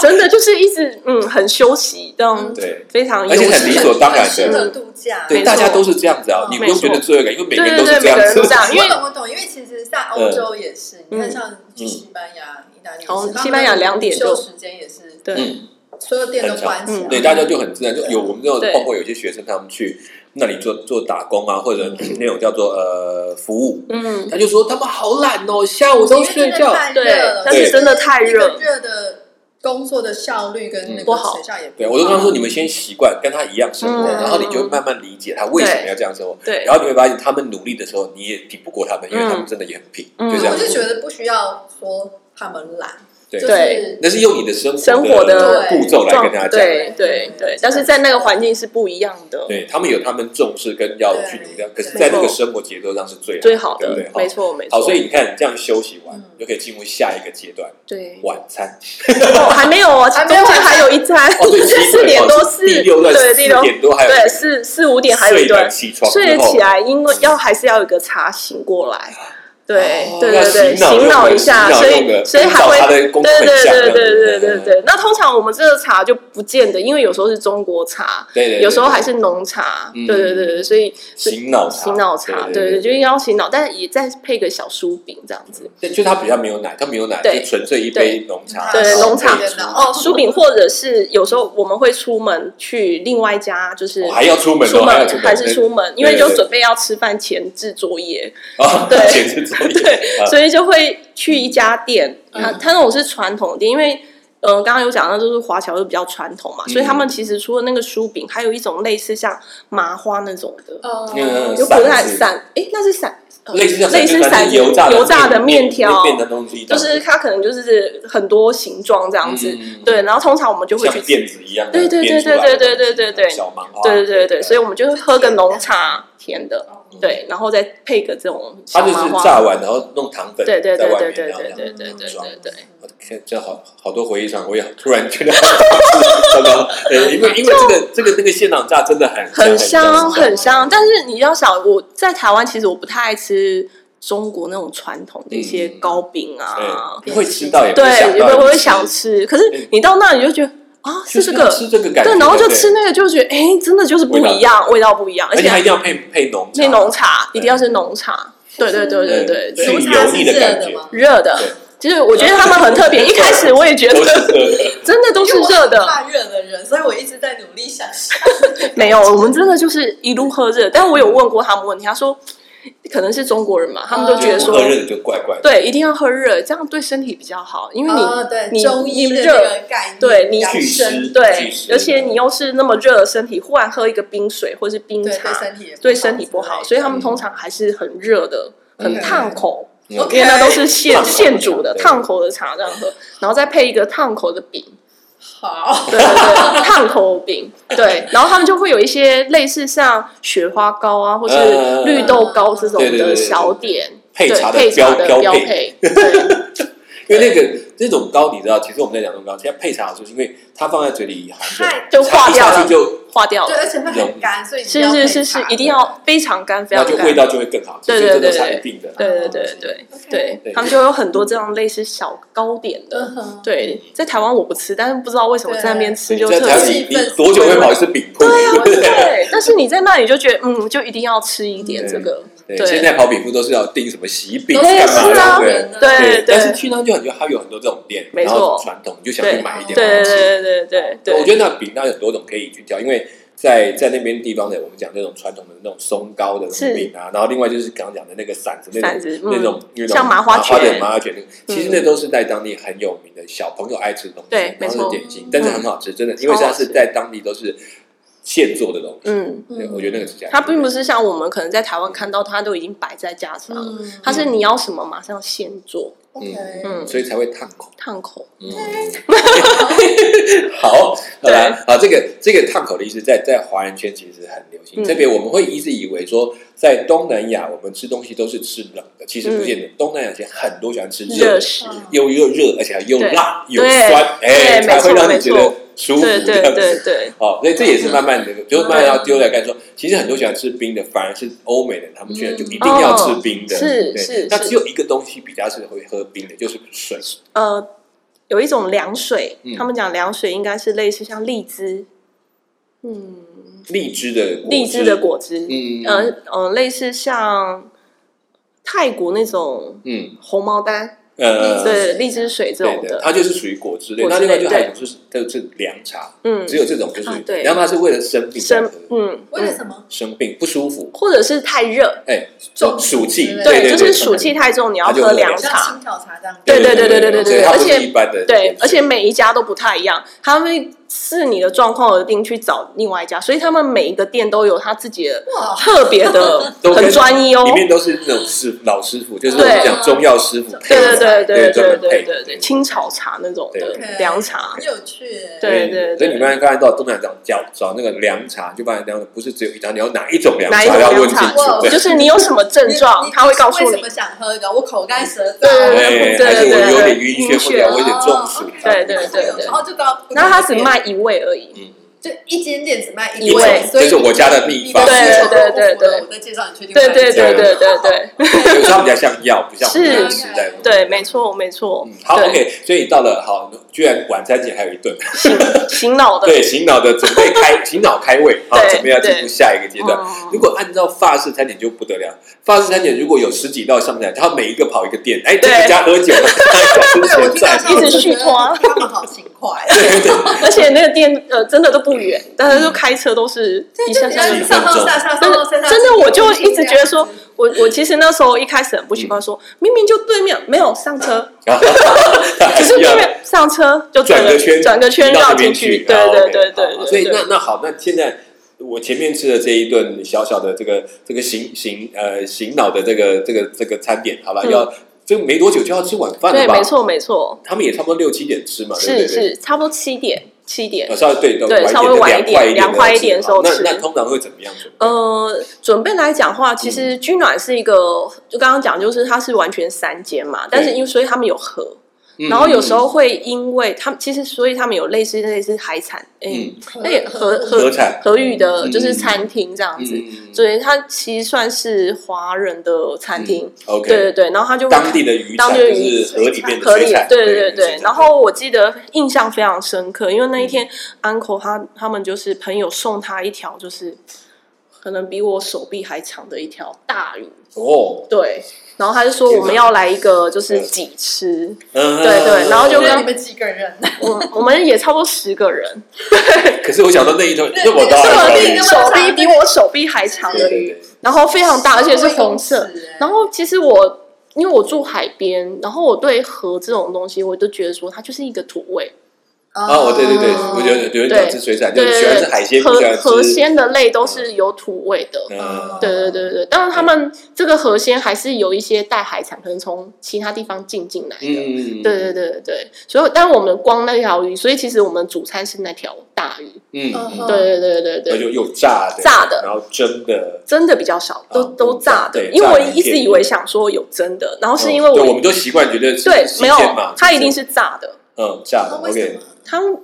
B: 真的就是一直嗯很休息，这样
A: 嗯对
B: 非常悠
A: 而且很
B: 闲
A: 理。所当然的
C: 适合度假，
A: 对，
B: 没错哦
A: 大家都是这样子啊，你不用觉得罪恶感，因为每个人都是这样
B: 对对对每个人都
A: 子
B: 这。啊样因为嗯
C: 我懂我懂，因为其实
A: 嗯
C: 在欧洲也是，你看像去西班牙、意大利也是，
B: 哦
C: 他们
B: 西班牙两点就
C: 午休时间也是，
B: 对，
A: 嗯，
C: 所有店都关起
B: 嗯
C: 来，
A: 对，大家就很自然，就有我们这种
B: 对
A: 碰过有些学生，他们去那里做做打工啊，或者那种叫做呃服务，
B: 嗯，
A: 他就说他们好懒哦，下午都睡觉。
B: 对但是真的太热
C: 热的工作的效率跟那
A: 嗯
B: 不
C: 个
B: 好
C: 学校也不
A: 对，
C: 好
A: 我就跟他说，你们先习惯跟他一样生活，
B: 嗯
A: 然后你就慢慢理解他为什么要这样生活，
B: 对
A: 然后你会发现他们努力的时候，你也挺不过他们，因为他们真的也很拼，
B: 嗯
A: 就这
C: 我
A: 样
C: 是
A: 子。
C: 觉得不需要说他们懒，
A: 对
C: 就是
A: 那是用你的生
B: 生
A: 活
B: 活
A: 的
B: 的
A: 步骤来跟他讲，
B: 对对对，但是在那个环境是不一样的，
A: 对他们有他们重视跟要去努力的，可
C: 对
A: 是，在那个
B: 没错
A: 生活节奏上是最
B: 最好
A: 对
B: 的
A: 不对，？
B: 没错没
A: 好，
B: 错。
A: 所以你看，你这样休息完
C: 嗯，
A: 就可以进入下一个阶段
B: 对，
A: 晚餐。
B: 哦还没有哦，中
C: 没有
B: 间还有一餐
A: 哦，对，，七
B: 四点多
A: 哦
B: 四
A: 第六段
B: 对
A: 四
B: 第六
A: 点多还有
B: 对四四五点还有
A: 睡
B: 一
A: 了
B: 段，
A: 起床之
B: 睡了
A: 后
B: 起，来，因为要还是要有一个茶醒过来。对
A: 哦
B: 对
A: 要
B: 对对，
A: 醒脑
B: 醒
A: 用
B: 脑
A: 的
B: 一下，
A: 醒脑
B: 所
A: 用的
B: 以所以
A: 寻
B: 还
A: 找
B: 会
A: 它的功
B: 对
A: 能
B: 对
A: 项这
B: 对
A: 样子
B: 对对
A: 对
B: 对对。那通常我们这个茶就不见得，因为有时候是中国茶，
A: 对对对
B: 有时候还是浓茶，
A: 嗯
B: 对对对对，所以是
A: 醒脑茶
B: 醒脑茶，
A: 对
B: 对
A: 对
B: 对，就。是要醒脑，但是也再配个小酥饼这样子，
A: 对就它比较没有奶，它没有奶，
B: 对
A: 就纯粹一杯浓茶。
B: 对
A: 然后
B: 浓茶
A: 配
C: 然
B: 哦，酥饼或者是有时候我们会出门去另外一家，就是
A: 哦还要出门哦，
B: 出
A: 还要
B: 门
A: 出门，
B: 还是出门，因为
A: 对
B: 就
A: 对
B: 准备要吃饭前制作业，
A: 啊？
B: 对
A: 前置作业，
B: 对，
A: 啊
B: 所以就会去一家店，
A: 嗯
B: 它它那种是传统店，因为。呃，刚刚有讲到，就是华侨就比较传统嘛，
A: 嗯
B: 所以他们其实除了那个酥饼，还有一种类似像麻花那种的，
A: 嗯
C: 哦，
B: 有不太
A: 散子
B: 散，哎，那是散，呃
A: 类似像
B: 类似
A: 散
B: 散
A: 油炸
B: 油炸的
A: 面
B: 面条，
A: 变成东西这
B: 就
A: 样子，
B: 是它可能就是很多形状这样子，
A: 嗯
B: 对，然后通常我们就会
A: 像
B: 去吃，
A: 辫子一样的
B: 对对对
A: 编出来的
B: 对对
A: 东西
B: 对对对
A: 小芒花，
B: 对对对对，所以我们就会喝个浓茶，甜的，
C: 哦
B: 对，然后再配个这种
A: 它
B: 小
A: 就
B: 麻
A: 是
B: 花，
A: 炸完然后弄糖粉，
B: 对对对
A: 在外
B: 对
A: 面
B: 对
A: 然后
B: 对
A: 这
B: 对
A: 样
B: 对对
A: 装
B: 对对，
A: 我天，这好好多回忆上，我也突然觉得 糟糕，对，因为因为这个这个那个现场炸真的很
B: 很
A: 香
B: 香很香。但是你要想，我在台湾其实我不太爱吃中国那种传统的一些
A: 嗯
B: 糕饼啊，
A: 对，会吃到也不
B: 对，
A: 想
B: 有
A: 到
B: 的
A: 你嗯
B: 我会想吃，可是你到那里就觉得啊，
A: 就是
B: 这
A: 要
B: 个，
A: 吃这个感觉，
B: 对，然后就
A: 对
B: 吃，那个，就觉得哎，真的就是不一样，味道不一样，而
A: 而且
B: 且
A: 它一定要配配浓
B: 那浓茶
A: 对
B: 一定要是浓茶，对对对对
A: 去
B: 对对，
C: 浓
A: 油
C: 茶
A: 腻的
C: 是热
A: 感
C: 的
A: 觉，
C: 吗
B: 热的
A: 对。
B: 就是我觉得他们很特别，一开始我也觉
A: 都是
B: 得
A: 热的。
B: 真的都是热
C: 因为我很
B: 的，
C: 怕热的人，所以我一直在努力想象。
B: 没有，我们真的就是一路喝热。但我有问过他们问题，他说可能是中国人嘛，他们都觉得说
A: 喝热的就怪怪的。
B: 对，一定要喝热，这样对身体比较好， 因为你、
C: 哦对
B: 你
C: 中医
B: 你
C: 的这
B: 热，
C: 个概念，
B: 对你
C: 养
A: 祛湿
C: 生
B: 对
A: 是，
B: 而且你又是那么热的身体，忽然喝一个冰水或是冰
C: 对
B: 茶
C: 对，身体也
B: 对身体不好，所以他们
A: 嗯
B: 通常还是很热的，很
A: 嗯
B: 烫口。
A: 嗯
C: OK
B: 因为那都是现
A: 烫口的
B: 现煮的
A: 对
B: 烫口的茶这样喝，然后再配一个烫口的饼，
C: 好。
B: 对对对，烫口饼，对，然后他们就会有一些类似像雪花糕啊，或是
A: 嗯
B: 绿豆糕这种
A: 对对对对
B: 的小点，
A: 配
B: 对
A: 茶的
B: 配
A: 标
B: 的
A: 标
B: 标
A: 配
B: 配，对
A: 因为那个那种糕你知啊道，其实我们在讲那种糕，其实配茶好处是因为它放在嘴里含久，
B: 就
A: 茶
B: 化掉
A: 一下
B: 了
A: 去，就
B: 化掉
C: 对，
B: 了，
C: 而且会很干，所以你
B: 是
C: 要
B: 是
C: 配
B: 是是，
C: 茶
B: 一定要非常干，非
A: 那
B: 常
A: 就
B: 干
A: 味。道就会更好。所
B: 对
A: 以
B: 对
A: 这
B: 对
A: 都是一定的。
B: 对对对对
C: OK
A: 对
B: 对，他们就有很多这样类似小糕点的。
C: 嗯哼，
B: 对，在台湾我不吃，但是不知道为什么
C: 对
B: 在那边吃
A: 你
B: 就
A: 在
B: 特
A: 台
B: 别
A: 湾，你你多久会跑一次饼铺？
B: 对啊对。但是你在那里就觉得，嗯，就一定要吃一点
A: 对
B: 这个。
A: 对，
B: 对
A: 现在跑饼铺都是要订什么喜饼
C: 都
A: 干
C: 是
A: 嘛
C: 啊
A: 的，对不
B: 对
A: 对。但是去那就感觉它有很多这种店，
B: 没
A: 然
B: 错
A: 后传统，你就想去买一点
B: 对
A: 来
B: 对
A: 吃。
B: 对对对对。
A: 我觉得那饼当然有很多种可以去挑，因为在在那边地方的，我们讲那种传统的那种松糕的那种
B: 是
A: 饼啊，然后另外就是刚刚讲的那个馓子那种
B: 馓子
A: 那种
B: 嗯
A: 那种
B: 像麻花卷嗯
A: 卷、麻花卷那个，其实那都是在当地很有名的小朋友爱吃的东西，
B: 对
A: 然后
B: 没
A: 是
B: 错
A: 点心，但是
B: 嗯
A: 很好吃，真的，因为它是在当地都是现做的东西。
B: 嗯，
A: 对，我觉得那个是这样。
B: 它并不是像我们可能在台湾看到，它都已经摆在架上了。
C: 嗯，
B: 它是你要什么马上现做，
C: OK，
B: 嗯
A: 所以才会烫口。
B: 烫口。
A: 嗯， 好，好啦，好，这个这个烫口的意思在在华人圈其实很流行，
B: 嗯
A: 特别我们会一直以为说在东南亚我们吃东西都是吃冷的，其实不见得，东南亚其实很多喜欢吃热
B: 嗯热
A: 的，
B: 食，
C: 嗯
A: 又又热，而且还又
B: 对
A: 辣又
B: 对
A: 酸，哎，
B: 对
A: 才会
B: 没错
A: 让你觉得
B: 没错
A: 舒服
B: 对
A: 这
B: 对
A: 样子。
B: 对嗯对，
A: 哦，所以这也是慢慢的，就是慢慢要丢来看说，其实很多喜欢吃冰的，反而是欧美人，他们去了就一定要吃冰的。
B: 嗯哦是
A: 对
B: 是
A: 那
B: 是
A: 只有一个东西比较是会喝冰的，就是水。
B: 呃，有一种凉水
A: 嗯，
B: 他们讲凉水应该是类似像荔枝，嗯，
A: 荔枝的果
B: 荔枝的，果汁，
A: 嗯
B: 呃呃，类似像泰国那种
A: 嗯
B: 红毛丹，
A: 呃
B: 嗯对，荔枝水这
A: 对
B: 种
A: 的，
B: 的，
A: 它就是属于果汁类。
B: 果
A: 那
B: 汁
A: 另
B: 类
A: 外就还有就是就是凉茶，
B: 嗯，
A: 只有这种就是
B: 啊，对
A: 然后它是为了生病才喝
B: 生，嗯，
C: 为了
B: 嗯
C: 什么？
A: 生病不舒服，
B: 或者是太热，
A: 哎，
C: 中暑
A: 暑气
C: 之，类的
A: 对，
B: 对，
A: 对
B: 就是暑气，太重，你要
A: 它就
B: 喝
A: 会
B: 凉
A: 凉
C: 像
B: 嗯茶，
C: 青草茶这样，
B: 对对对对对对
A: 所以
B: 对
A: 它不
B: 而且
A: 是一般的，
B: 对，而且每一家都不太一样，他会视你的状况而定去找另外一家，所以他们每一个店都有他自己的
C: 哇，
B: 特别 的
A: 都跟
B: 很专一哦
A: 里。面都是那种师老师傅，就是我
B: 对
A: 们讲中药师傅配
B: 对
A: 的
B: 对
A: 茶，
B: 对
A: 专
B: 对对
A: 门
B: 对
A: 配
B: 对对，青草茶那种的
A: 对
B: 凉茶
C: 很，有趣，
B: 对
A: 所以你
B: 对
A: 慢慢看到东南亚讲讲找那个凉茶，就发现凉的不是只有一家，你要哪一种凉
B: 哪一种
A: 要问
B: 凉
A: 清
B: 茶
A: 楚。对
B: 就是你有什么症
C: 你
B: 状，他会告诉
C: 为什
B: 你
C: 么。想喝一个？我口干舌燥，
B: 对
A: 哎，而哎且我有点
B: 对
A: 晕眩，或者
B: 晕眩
A: 我有点中暑
C: 哦。
B: 对
C: ，OK
B: 对对对
C: 然后就到，
B: 然后他只卖一味而已，
A: 嗯，
C: 就一间店只卖
B: 一
C: 位
B: 位，
C: 所以
A: 这是我家的秘
C: 你
A: 方
C: 的需求
B: 对对对
C: 如果不符合
B: 对对
C: 我再介绍你去另外
B: 对
C: 一
B: 对
C: 间
B: 对对对对
A: 有时候它比较像药，不像我们
B: 是
A: 吃在。
B: 对，没错没错
A: 嗯，。好
B: 对
A: ，OK，所以到了好，居然晚餐前还有一 顿，
B: 醒脑的，
A: 对，醒脑的准备开醒脑开胃，好，
B: 对
A: 准备要进入下一个阶
C: 哦
A: 段。
B: 嗯
A: 如果按照法式餐点就不得了，法式餐点如果有十几道上菜，它每一个跑一个店，哎，这
B: 对
A: 个家喝酒，那个
C: 对，我
A: 家吃
C: 听
A: 前菜，
C: 到像
B: 一直续拖啊
C: 他们好勤 快，
A: 对对，
B: 而且那个店呃真的都不远，但
A: 嗯
B: 是就开车都是一下下
A: 就
B: 就
A: 你
B: 到
A: 要上
C: 上
A: 到
C: 到
A: 下
C: 下下，
B: 但
C: 上
B: 是
C: 到下下，
B: 真的，我就一直觉得说，我我其实那时候一开始很不习
A: 嗯
B: 惯，说明明就对面没有 上车，
A: 然后
B: 只是对
A: 要
B: 面上车就
A: 转
B: 个
A: 个圈，
B: 转个圈
A: 绕
B: 绕
A: 这边
B: 进
A: 去，
B: 对
A: 哦
B: 对
A: ，OK，
B: 对
A: 好
B: 对
A: 好
B: 对。
A: 所以
B: 对
A: 那那好，那现在我前面吃的这一顿小小的这个这个醒醒呃醒脑的这个这个这个餐点，好了，
B: 嗯
A: 要这个没多久就要吃晚饭了
B: 对，
A: 吧？
B: 没。错没错，
A: 他们也差不多六七点吃嘛，对
B: 是
A: 不对？
B: 是差不多七点七点
A: 呃，，稍微对
B: 对稍微
A: 晚
B: 晚
A: 一
B: 一
A: 点，
B: 点
A: 凉快一点
B: 凉快一点的时候
A: 那
B: 吃
A: 那通常会怎么样准备？
B: 呃，准备来讲话，其
A: 嗯
B: 实居暖是一个，就刚刚讲，就是它是完全三间嘛，但是因为所以他们有合，
A: 嗯
B: 然后有时候会因为他们其实，所以他们有类似类似海产，哎
A: 嗯，
B: 那也和
A: 合
B: 和
A: 产
B: 和语的，
A: 嗯
B: 就是餐厅这样
A: 嗯
B: 子，
A: 嗯
B: 所以它其实算是华人的餐厅，
A: 嗯
B: 对
A: ，OK，
B: 对对，然后他就会
A: 当地的渔
B: 当
A: 产
B: 地的
A: 就
B: 渔
A: 是河里面的
B: 合
A: 水
B: 理
A: 产，，
B: 对对
A: 水嗯
B: 对
A: 产。
B: 然后我记得印象非常深刻，因为那一天 uncle 他他们就是朋友送他一条，就是可能比我手臂还长的一条大鱼，
A: 哦，
B: 对。然后他就说
A: 天哪
B: 我们要来一个就
A: 对
B: 是几吃，
A: 嗯
B: 对对然后就
C: 就
B: 跟
C: 你们几个人，
B: 我我们也差不多十个人，
A: 可是我想到那一顿那哦么大
C: 对
A: 的
C: 手
A: 条鱼
C: 臂那么
B: 手臂比我手臂还长
A: 对
B: 的
A: 对
B: 鱼，
A: 对
B: 然后非 常大，而且是红色，
C: 超过一公尺，哎
B: 然后其实我因为我住海边，然后我对河这种东西，我就觉得说它就是一个土味，
A: 啊，我对对对，
C: 哦
A: 我觉得有人讲吃水产，就
B: 对
A: 是喜欢吃海鲜，不
B: 河
A: 喜欢
B: 河
A: 吃。
B: 鲜的类都是有土味的。
A: 嗯，
B: 对对对对对，当然他们这个河鲜还是有一些带海产，可能从其他地方进进来的。
A: 嗯，
B: 对对对对对，所以但我们光那条鱼，所以其实我们主餐是那条大鱼。
A: 嗯，
C: 嗯
A: 嗯，
B: 对对对对
A: 而
B: 对，
A: 且有炸的，
B: 炸的
A: 然后蒸的，
B: 真的比较少，都
A: 啊
B: 都炸的
A: 对。
B: 因为我
A: 炸的
B: 一直以为想说有真的，然后是因为
A: 嗯对我
B: 我
A: 们都习惯觉得是
B: 对
A: 新
B: 没有
A: 鲜嘛，，
B: 它一定是炸的。
A: 嗯炸的
C: 哦那为什
A: ，OK，
C: 么
B: 他们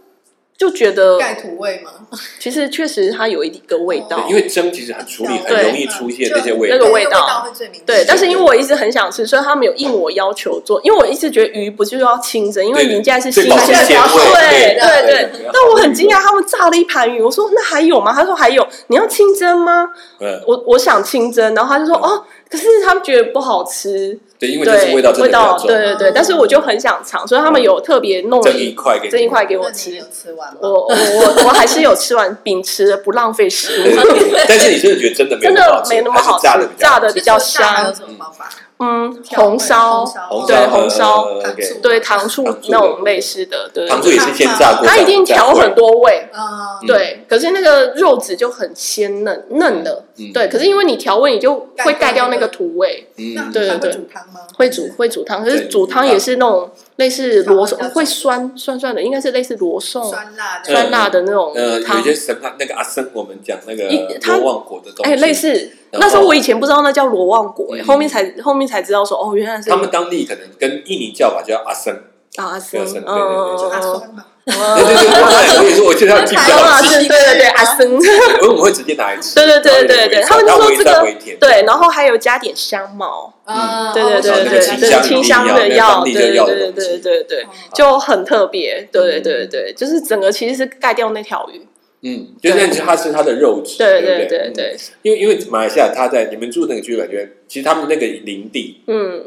B: 就觉得
C: 盖土味吗？
B: 其实确实它有一个味道
A: 对，因为蒸其实很处理，很
B: 对
A: 容易出现那些味
B: 那
A: 道
B: 个。味
C: 道，
B: 道
C: 会最明显。
B: 对，但是因为我一直很想吃，所以他们有应我要求做，因为我一直觉得鱼不就要清蒸，因为
A: 对
B: 你现在是
A: 最
B: 新
A: 保
B: 鲜
A: 鲜
B: 的，啊
A: 鲜味
B: 对对
A: 对
B: 对。
A: 对
B: 但我很惊讶，他们炸了一盘鱼，我说那还有吗？他说还有，你要清蒸吗？
A: 嗯，
B: 我我想清蒸，然后他就说哦，可是他们觉得不好吃，
A: 对，因为就是
B: 对
A: 味道真的
B: 味
A: 比较
B: 道，
A: 重，
B: 对对对。但是我就很想尝，所以他们有特别弄
A: 蒸一块给你
B: 蒸一块给我
C: 那你
B: 吃
C: 有，吃完吗？
B: 我我我我还是有吃完，秉持着不浪费食
A: 对
B: 物。
A: 对对 对但是你真的觉得真的没有
B: 真
A: 那么好
B: 的
A: 吃
B: 没那么
A: 还
B: 好
A: 是
B: 吃
A: 炸的，
B: 炸
A: 的
B: 的比较香
C: 有。什么方法？
B: 嗯，
C: 调味
B: 红烧，
A: 红
B: 对红烧
A: 呃呃，OK
B: 对糖醋
A: 糖醋
B: 那
A: 的
B: 种类似的，对，
A: 糖醋也是先炸过，
B: 它一定
A: 再
B: 调很多味，
C: 啊，
A: 嗯
B: 对。可是那个肉质就很鲜嫩嫩的，
A: 嗯
B: 对。可是因为你调味，你就会盖掉那个土味。
A: 嗯，
C: 那
A: 对
B: 对
C: 还会
B: 对
C: 煮汤吗？
B: 会煮会煮汤，可是
A: 对
B: 煮汤也是那种类似
C: 汤
B: 罗
C: 比较
B: 宋
C: 重
B: 会酸酸酸的，应该是类似罗
A: 哦
B: 宋
C: 酸辣的，
B: 酸辣的那种
A: 呃，有
B: 汤
A: 一，些神探那个阿森，我们讲那个
B: 一
A: 罗
B: 他
A: 旺国的东西，
B: 哎，类似。
A: 然后
B: 那时候我以前不知道那叫罗旺果，哎
A: 嗯
B: 后面才后面才知道说哦，原来是
A: 他们当地可能跟印尼叫法叫阿森，
B: 阿森，
A: 对对对
B: 嗯
A: 对
B: 嗯
A: 就
C: 啊
B: 嗯
C: 酸嘛，
B: 嗯，
A: 对对对，我所以说我 介绍你比
B: 阿老
A: 较
B: 师，
A: 吃，
B: 对对对，阿森，
A: 因为我们会直接拿来吃，
B: 对对对对对，他们就
A: 然
B: 说这
A: 后
B: 个
A: 我也在回填
B: 对，然后还有加点香茅，
C: 啊，
B: 嗯对对
A: 哦
B: 对
A: 那
B: 对
A: 个
B: 对，
A: 清香
B: 对
A: 的
B: 清香的
A: 药
B: 药，
A: 那个当
B: 对
A: 地的
B: 对
A: 药
B: 对
A: 的
B: 对
A: 东西
B: 对对对
C: 哦，
B: 就很特别，对
A: 嗯
B: 对对，就是整个其实是盖掉那条鱼，
A: 嗯，就是那它吃它的肉质，
B: 对
A: 对
B: 对
A: 不
B: 对
A: 嗯
B: 对，
A: 因为因为马来西亚它在你们住那个居感觉，其实他们那个林地，
B: 嗯，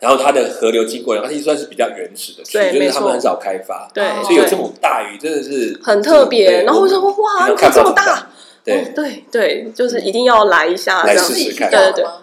A: 然后它的河流经过，然后它其实算是比较原始的区，
B: 对
A: 就是
B: 没
A: 他
B: 错
A: 们很少开发，
B: 对
C: 哦，
A: 所以有这
B: 对
A: 种大鱼真的是
B: 很特别。
A: 对
B: 然后我
A: 们
B: 说哇，
A: 平常
B: 你
A: 看
B: 看
A: 不到这么
B: 这么大，
A: 对嗯
B: 哦，对对，就是一定要来一下
A: 来
B: 这样
A: 试。试看
C: 自己去
B: 对对
C: 搞吗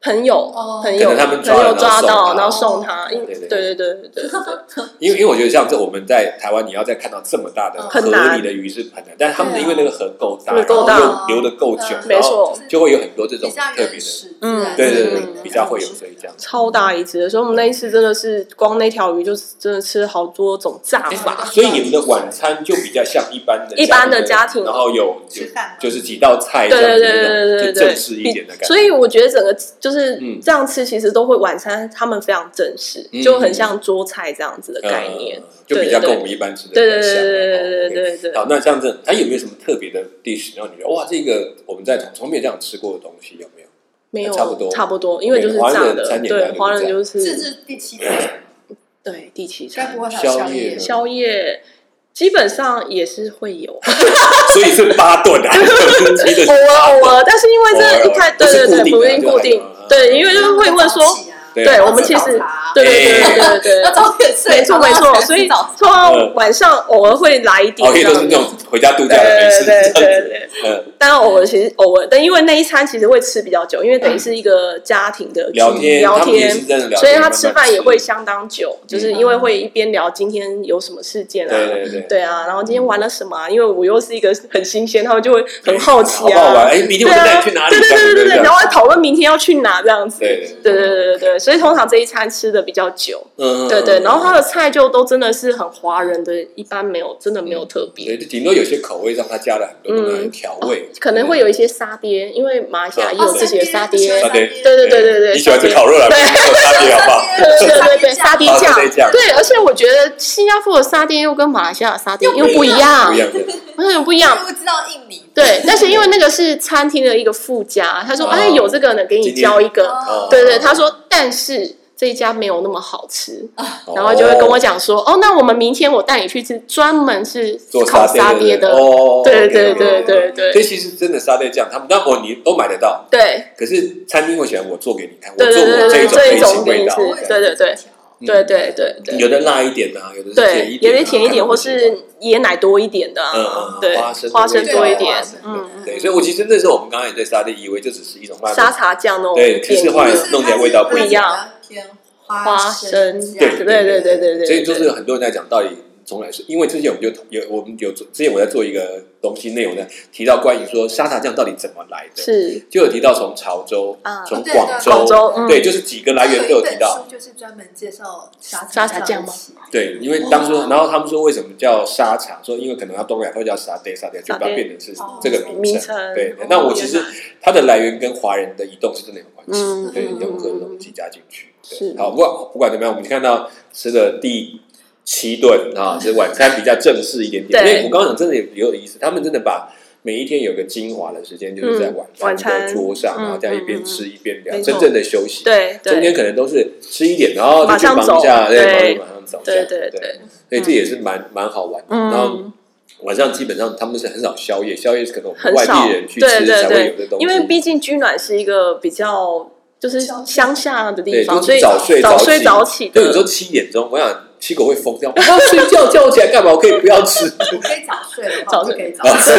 B: 朋友
C: 哦，
B: 朋
A: 可
B: 友，
A: 能他们
B: 朋
A: 抓了
B: 友抓到，
A: 然
B: 然
A: 后哦
B: 后
C: 送
B: 送
C: 他
B: 他，因
A: 对
B: 对
A: 对
B: 对对对对，
A: 因为因为我觉得像这我们在台湾，你要再看到这么大的
C: 嗯
A: 河
B: 很难
A: 里的鱼是很难，但是他们的
C: 对啊
A: 因为那个河够大，
B: 对够
A: 然后
C: 大
A: 又留的够久，
C: 嗯
B: 没
A: 然后
B: 错，
A: 就会有很多这种
C: 比较
A: 特别
C: 原
A: 的，
C: 始，
B: 嗯
C: 自然
A: 对对
B: 嗯
A: 对，
B: 嗯
A: 对比较会有所以这样。
B: 超大一只的，所以我们那一次真的是光那条鱼就是真的吃好多种炸
A: 哎
B: 法，
A: 所以你们的晚餐就比较像一般的
B: 一般的家庭
A: 然后有有
C: 吃饭吗
A: 就是几道菜，
B: 对对对
A: 哎这样子
B: 对对对
A: 就正式一点的感觉。
B: 所以我觉得整个就是
A: 嗯
B: 这样吃，其实都会晚餐他们非常正式，
A: 嗯
B: 就很像桌菜这样子的概念。
A: 呃就比较
B: 对对
A: 跟
B: 对
A: 我们一般吃的
B: 对
A: 比
B: 对
A: 较像
B: 对
A: 然后
B: 对对
A: OK
B: 对对对。
A: 好，那像这样子，它有没有什么特别的 dish 让你觉得哇，这个我们在从从没有这样吃过的东西有没有？
B: 没有
A: 哎差不多
B: 差不多，因为就是
A: 华人
B: 炸
A: 的
B: 的
A: 餐，点来
B: 对，
A: 源
B: 华人
A: 就
B: 就
C: 自
B: 是
C: 制第七天，
B: 对第七
C: 该
B: 餐
C: 不会还有宵夜吧？
B: 宵夜。基本上也是 会有，偶
A: 所以是八顿啊，真的是
B: 尔偶尔，但是因为这一开，
A: 偶
B: 对
A: 尔
B: 对 对，
A: 不
B: 不
A: 是固定的
B: 一定固定
A: 就还有，
B: 对，因为就是会问 说，
A: 对
B: 对
A: 要
B: 我们
A: 吃
B: 其
A: 早
B: 实
C: 啊茶，
B: 对对对对对
A: 哎
C: 要
B: 对，
C: 早点睡，
B: 没错没错，所以
C: 早上
B: 通常晚上偶尔会来一点
A: 哦，可以
B: 这
A: 都
B: 样
A: 是
B: 子，
A: 那种回家度
B: 对
A: 假的美食这样
B: 对
A: 子。
B: 对对。
A: 嗯，
B: 当然偶尔其实偶尔，但因为那一餐其实会吃比较久，因为等于是一个家庭的
A: 嗯聊
B: 聚
A: 天，
B: 聊
A: 他们也是
B: 天。
A: 真的聊天，
B: 所以他吃
A: 慢慢
B: 饭也会相当久，就是
A: 嗯
B: 因为会一边聊今天有什么事件啊，
A: 对对对。
B: 对啊，然后今天玩了什么、啊，因为我又是一个很新鲜，他们就会很好奇
A: 好不好玩？
B: 啊，
A: 哎，明天
B: 对
A: 我们带
B: 啊，
A: 你去
B: 对
A: 哪里？
B: 对对对对
A: 这
B: 对，
A: 样
B: 然
A: 子
B: 后讨论明天要去哪这样子，
A: 对对
B: 对对对对对，所以通常这一餐吃的比较久，
A: 嗯，嗯
B: 对对，
A: 嗯
B: 然后他的菜就都真的是很华人的，一般没有真的没有特别，
A: 对，就顶多有些口味让他加了很多东
B: 嗯
A: 西来调味，
B: 可能会有一些沙爹，因为马来西亚
C: 哦
B: 也有自己的沙爹，
A: 沙爹
B: 对对对对对，
A: 你喜欢吃
B: 沙爹
A: 烤肉啦，没有差别好不好？
B: 对对对对，
C: 沙
B: 沙
C: 爹
B: 爹
A: 酱
B: 酱
A: 哦沙爹酱，
B: 对，而且我觉得新加坡的沙爹又跟马来西亚的沙爹又不一样
A: 不一，样的，
B: 完全不一
C: 哦因
B: 样。
C: 为我知道印尼，
B: 对，但是因为那个是餐厅的一个附加，他说
A: 哦
B: 哎有这个呢，给你教一个，
A: 哦
B: 对对，他说但是这一家没有那么好吃，
A: 哦
B: 然后就会跟我
A: 讲
B: 讲说哦，那我们明天我带你去吃，专门是
A: 做
B: 烤沙
A: 爹
B: 爹
A: 的，
B: 的，
A: 哦，
B: 对对
A: OK，OK，OK
B: 对对
A: 所以
B: 对
A: 其实真的沙爹酱，他们那我你都买得到，
B: 对。
A: 可是餐厅会喜欢我做给你看，我
B: 对
A: 做
B: 对
A: 我
B: 对
A: 一
B: 对
A: 种
B: 这
A: 类
B: 一
A: 型
B: 种
A: 味
B: 给你
A: 道嗯
B: 吃，对对对对对对对
A: 有的辣一点啊，有的是甜
B: 对
A: 一，点
B: 有
A: 啊，
B: 点甜一点，
A: 看
B: 或
A: 你喜欢
B: 是椰奶多一点的
A: 嗯
B: 啊
A: 嗯，
B: 对
A: 花生，
B: 花生多一
C: 多一点
B: 点，
C: 嗯
B: 嗯
A: 对，所以我其实那时候我们刚刚也对沙爹以为就只是一种慢
B: 沙
A: 慢，
B: 茶酱那种
A: 对可
B: 便
A: 是后来
B: 宜
C: 就
B: 的
C: 是
A: 弄起来味道
B: 不一样，
C: 偏花
B: 花
C: 生
B: 生
C: 酱，
A: 对
B: 对对对对对对，
A: 所以就是很多人在讲，到底重来说，因为之前我们就有我们有之前我在做一个东西内容呢，提到关于说沙茶酱到底怎么来的，
B: 是
A: 就有提到从潮州
B: 啊、
A: 从
C: 对
A: 广
C: 对
A: 州
B: 广，州，嗯，
A: 对，就是几个来源都有
C: 有一
A: 提
C: 本
A: 到。
C: 书就是专门介绍沙
B: 沙茶
C: 茶
B: 酱
C: 的
B: 吗
C: 起源
A: 对，因为当初，然后他们说为什么叫沙茶，说因为可能它东南亚会叫沙爹沙爹，就把它变成是这个
B: 哦
A: 名
B: 名
A: 称。
B: 称，
A: 对
B: 哦，
A: 那我其实它的来源跟华人的移动是真的有关系，
B: 嗯
A: 对，
B: 嗯
A: 有各种
B: 嗯
A: 东西加进去。对
B: 是
A: 好，不管不管怎么样，我们看到吃的第七顿啊，这晚餐比较正式一点点。因
B: 对
A: 为我刚刚讲真的也有意思，他们真的把。每一天有个精华的时间，就是在
B: 嗯
A: 晚餐的
B: 晚餐
A: 桌上，然后这样一
B: 嗯
A: 边
B: 嗯嗯
A: 吃一边聊，
B: 没错
A: 真正的休息。
B: 对
A: 中间
B: 对
A: 可能都是吃一点，然后就
B: 马
A: 去
B: 上
A: 忙
B: 走
A: 一下，对，忙
B: 对
A: 一忙马上走，
B: 对
A: 这样
B: 对
A: 所
B: 对，
A: 以这也是蛮蛮好玩的。然后
B: 嗯，
A: 晚上基本上他们是很少宵夜，宵夜是可能我们
B: 很
A: 外
B: 少
A: 地人去
B: 对
A: 吃
B: 对
A: 才会有
B: 对
A: 的东西，
B: 因为毕竟居暖是一个比较就是乡下的地
A: 对，
B: 方，
A: 就
B: 所
A: 是
B: 以
A: 早睡
B: 早
A: 起。
B: 早起
A: 对，你
B: 的，
A: 说七点钟，我想七狗会疯掉，我 要睡觉，叫我起来干嘛？我可以不要 吃。
C: 我可以早睡的话，
B: 早
C: 我就
B: 睡
C: 可以早
A: 啊
C: 睡。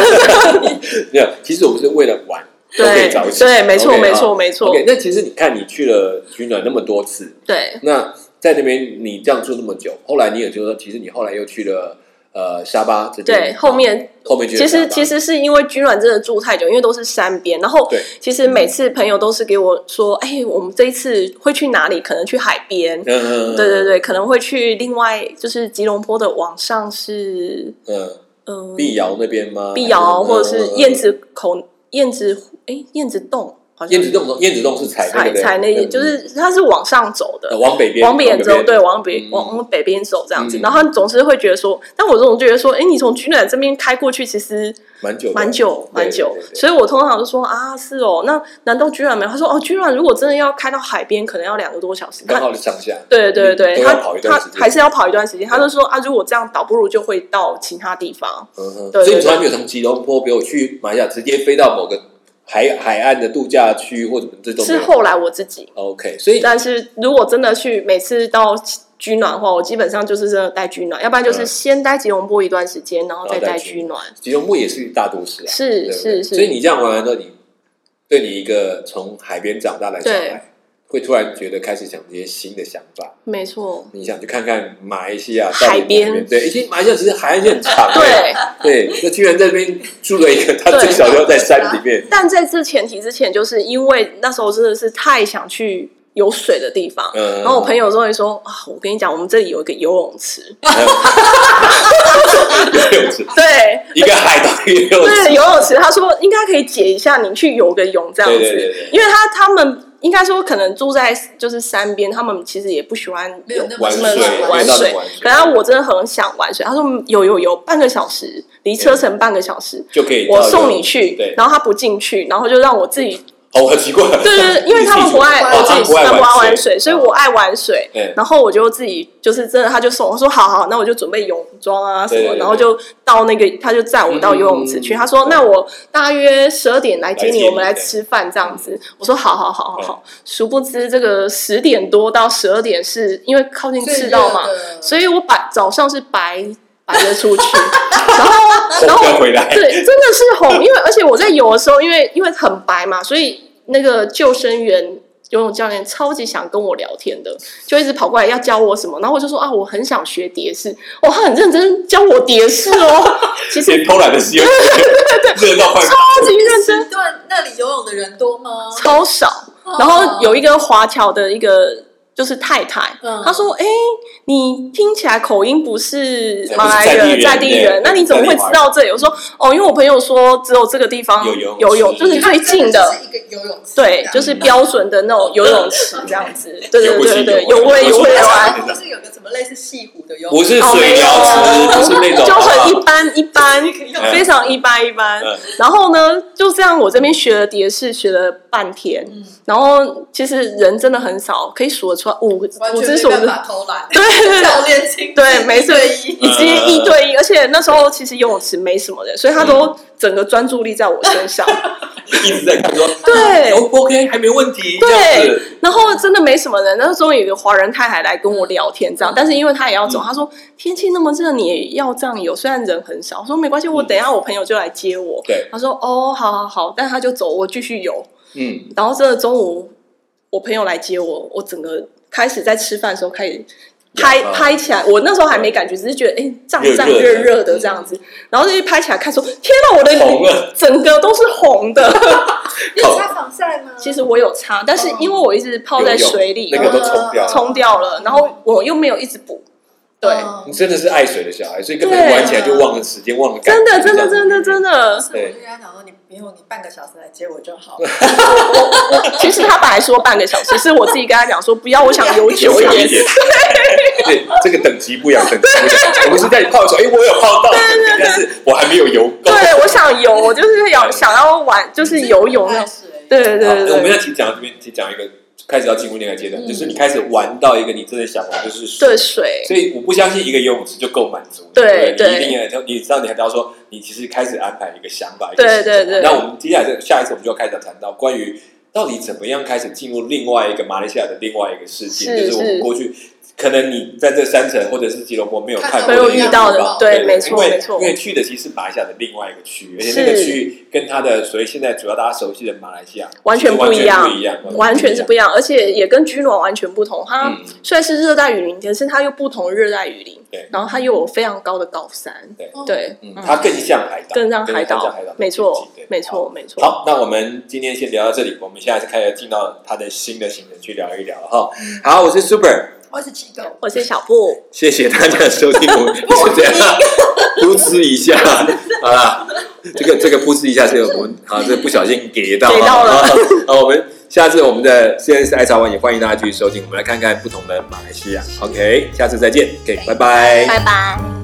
A: 没有，其实我们是为了玩，都可以
B: 对
A: 早起。
B: 对，没错
A: OK，
B: 没
A: 好
B: 错没错，
A: OK，那其实你看，你去了取暖那么多次，
B: 对
A: 那在那边你这样住那么久，后来你也就说，其实你后来又去了呃沙巴这边，
B: 对，后面
A: 后面去了
B: 其
A: 沙
B: 实
A: 巴
B: 其实是因为居软真的住太久，因为都是山边，然后
A: 对
B: 其实每次朋友都是给我说，哎，我们这一次会去哪里？可能去海边。
A: 嗯嗯嗯
B: 对对对，可能会去另外就是吉隆坡的往上是
A: 嗯
B: 嗯
A: 碧瑶那边吗？
B: 碧瑶
A: 嗯
B: 或者是
A: 嗯嗯
B: 燕子口燕子哎燕子洞好像
A: 燕子洞燕子洞是踩那
B: 踩
A: 个的
B: 踩那
A: 嗯
B: 就是它是往上走的
A: 呃，往北边
B: 往北
A: 边
B: 走，对，往北
A: 嗯
B: 往往北边走这样子。
A: 嗯
B: 然后总是会觉得说，但我这种觉得说，哎，你从居暖这边开过去，其实
A: 蛮久的
B: 蛮久
A: 对
B: 蛮久
A: 对对，对
B: 所以我通常就说啊，是哦，那难道居然没有？他说哦，居然如果真的要开到海边，可能要两个多小时。
A: 刚
B: 他
A: 好上下
B: 对对
A: 都
B: 对，
A: 要
B: 他
A: 跑一段
B: 他
A: 时间
B: 还是要跑一段时间。他就说啊，如果这样倒不如就会到其他地方。
A: 嗯哼，
B: 对对
A: 所以你从来没有从吉隆坡，比如去马来西亚，直接飞到某个海海岸的度假区或者什么这种
B: 是后来我自己，
A: OK，所以
B: 但是如果真的去每次到居暖的话，我基本上就是真的待居暖，要不然就是
A: 嗯
B: 先待吉隆坡一段时间，然后再
A: 然后
B: 待
A: 再去哦
B: 居暖。
A: 吉隆坡也是大都市啊，对
B: 是
A: 不对
B: 是是，
A: 所以你这样玩完之后，你对你一个从海边长大的小
B: 对
A: 孩，会突然觉得开始想这些新的想法。
B: 没错，
A: 你想去看看马来西亚到底哪
B: 海边
A: 边对，其实马来西亚其实海岸线很长，
B: 对。
A: 对，那居然在这边住了一个，他
B: 对
A: 最小就在山里面，
B: 但在这前提之前，就是因为那时候真的是太想去有水的地方。
A: 嗯，
B: 然后我朋友终于说啊，我跟你讲，我们这里有一个游泳 池，
A: 游泳池，
B: 对
A: 一个海岛一个游泳
B: 对，
A: 池，
B: 游泳池。他说应该可以解一下，你去游个泳这样
A: 对
B: 子，
A: 对对对，
B: 因为他他们应该说可能住在就是山边，他们其实也不喜欢
C: 没有
B: 游
C: 那么
A: 玩
C: 什
A: 水
C: 么
B: 玩
A: 到
B: 水
A: 底玩
B: 可是我真的很想玩水，他说嗯有有有，半个小时，离车程半个小时，
A: 就可以到
B: 我
A: 游泳池，
B: 送你去
A: 对，，
B: 然后他不进去，然后就让我自己
A: 哦，很奇怪，
B: 对对，对，因为他们 不爱，
C: 你自己
B: 我
C: 去
B: 自己
A: 玩
B: 他们
A: 哦他们不爱玩
B: 不爱玩
A: 水哎
B: 水，所以我爱玩水
A: 对。
B: 然后我就自己就是真的，他就送我说好好，那我就准备泳装啊什
A: 对对
B: 么，
A: 对
B: 然后就到那个他就载我到游泳池去。
A: 嗯
B: 他说那我大约十二点来接
A: 来接
B: 你，
A: 你
B: 我们来吃饭这样子。我说好好好好好。
A: 嗯
B: 殊不知这个十点多到十二点是因为靠近赤道嘛，所以我白早上是白白的出去， 然后然后
A: 再回来，
B: 对，真的是红，因为而且我在游的时候，因为因为很白嘛，所以那个救生员、游泳教练超级想跟我聊天的，就一直跑过来要教我什么，然后我就说啊，我很想学蝶式，哦，他很认真教我蝶式 哦，其实
A: 连偷懒的时间，对对，热到快，
B: 超级认真，
C: 时段那里游泳的人多吗？
B: 超少。然后有一个华侨的一个就是太太，
C: 嗯
B: 她说：“哎、你听起来口音不是
A: 对
B: 马来
A: 不是在
B: 人，
A: 地人
B: 在地
A: 对，
B: 人那你怎么会知道这里？”我说：“哦，因为我朋友说只有这个地方
A: 有游泳池
B: 游泳，就是最近的。”
C: 就是一个游泳池，啊
B: 对，就是标准的那种游泳池这样子，对对对对对，
A: 游
B: 有
A: 过
B: 味
A: 去
B: 有味
A: 游
B: 有
A: 过
B: 味，
A: 去
C: 不是有个什么类似西湖的游
A: 不
C: 泳池，
A: 是水疗
B: 哦
A: 池，不是那种，
B: 就很一
A: 好
B: 般一般，
A: 嗯
B: 非常一般一般
A: 嗯。
B: 然后呢，就这样，我这边学了蝶式，学了半天，
C: 嗯，
B: 然后其实人真的很少，可以数得出来五
C: 完
B: 五
C: 全
B: 只
C: 没
B: 手
C: 办
B: 指，
C: 法偷懒，
B: 对对对
C: 教练亲
B: 对，没错，哦
C: 对，
B: 以及一对一，而且那时候其实游泳池没什么人，所以他都整个专注力在我身上。
A: 不好一直在看说，
B: 对
A: 哦，OK，还没问题，
B: 对
A: 这样子，
B: 然后真的没什么人，然后终于有个华人太太来跟我聊天，这样，但是因为她也要走，她说天气那么热，你也要这样游，虽然人很少，我说没关系，我等一下我朋友就来接我。
A: 对，
B: 她说哦，好好好，但她就走，我继续游。
A: 嗯，
B: 然后真的中午我朋友来接我，我整个开始在吃饭的时候开始拍
A: 啊
B: 拍起来，我那时候还没感觉，只是觉得哎胀胀
A: 热热
B: 热
A: 的
B: 热的这嗯样子，然后就一拍起来看说，天哪，我的
A: 红
B: 脸
A: 了，
B: 整个都是红的。
C: 你有擦防晒吗？
B: 其实我有擦，但是因为我一直泡在水里，
A: 那个都冲掉了。
B: 冲掉了，然后我又没有一直补，对，
C: 嗯
A: 你真的是爱水的小孩，所以根
B: 对
A: 本玩起来就忘了时间，忘了感
B: 真的
A: 觉
B: 真的真的真的，
C: 是，我就跟他讲说，你不用，你半个小时来接我就 好了。
B: 其实他本来说半个小时，是我自己跟他讲说不要，我想游久
A: 有
B: 一
A: 一
B: 点。
A: 点。对， 这个等级不一样，等级不一样。我不是在你泡的时候，哎，我有泡到，但是我还没有游够。
B: 对，我想游，我就是有想要玩，就是游泳那
C: 爱
A: 嗯
B: 种。
C: 水，
B: 对对
A: 好
B: 对
A: 那我们
B: 对
A: 要提讲到这边，提讲一个开始要进入恋爱阶段，
C: 嗯
A: 就是你开始玩到一个你真的想玩，就是水
B: 对，水，
A: 所以我不相信一个游泳池就够满足你，
B: 对
A: 不
B: 对
A: 你一定要，你知道你还要说，你其实开始安排一个想法，一个
B: 对
A: 行
B: 对
A: 动
B: 对
A: 那我们接下来这下一次我们就要开始谈到关于到底怎么样开始进入另外一个马来西亚的另外一个世界，
B: 是
A: 就是我们
B: 是
A: 过去。可能你在这三层或者是吉隆坡没有看过的
B: 没
C: 没
B: 有
C: 有
A: 地
B: 遇
A: 方，
C: 遇
B: 到
C: 到
B: 的
C: 的，
B: 对，
A: 对，
B: 没错
A: 因为
B: 没错
A: 因，为去的其实是马来西亚的另外一个区域，而且那个
B: 是
A: 区域跟它的所谓现在主要大家熟悉的马来西亚
B: 完全
A: 是
B: 不
A: 完
B: 一
A: 全
B: 样
A: 不一样，
B: 完全是不一样，而且也跟居暖完全不同。它
A: 嗯，
B: 虽然是热带雨林，可是它又不同热带雨林
A: 对，
B: 然后它又有非常高的高山，
A: 对
C: 哦
B: 对，
A: 嗯，它更像海岛，
B: 更让海
A: 更
B: 岛
A: 像海岛，
B: 没错
A: 对
B: 没错没错。
A: 好，那我们今天先聊到这里，我们下次开始进到他的新的行程去聊一聊哈。好，我是 Super，
C: 我是七狗，
B: 我是小布，
A: 谢谢大家收听 我们是这样噗嗤一下，好啦，这个这个噗嗤一下是我们啊，这不小心给到
B: 给到了
A: 啊。好，我们下次我们的 CNS 爱茶湾也欢迎大家继续收听，我们来看看不同的马来西亚。OK，下次再见，OK，拜拜
B: 拜拜。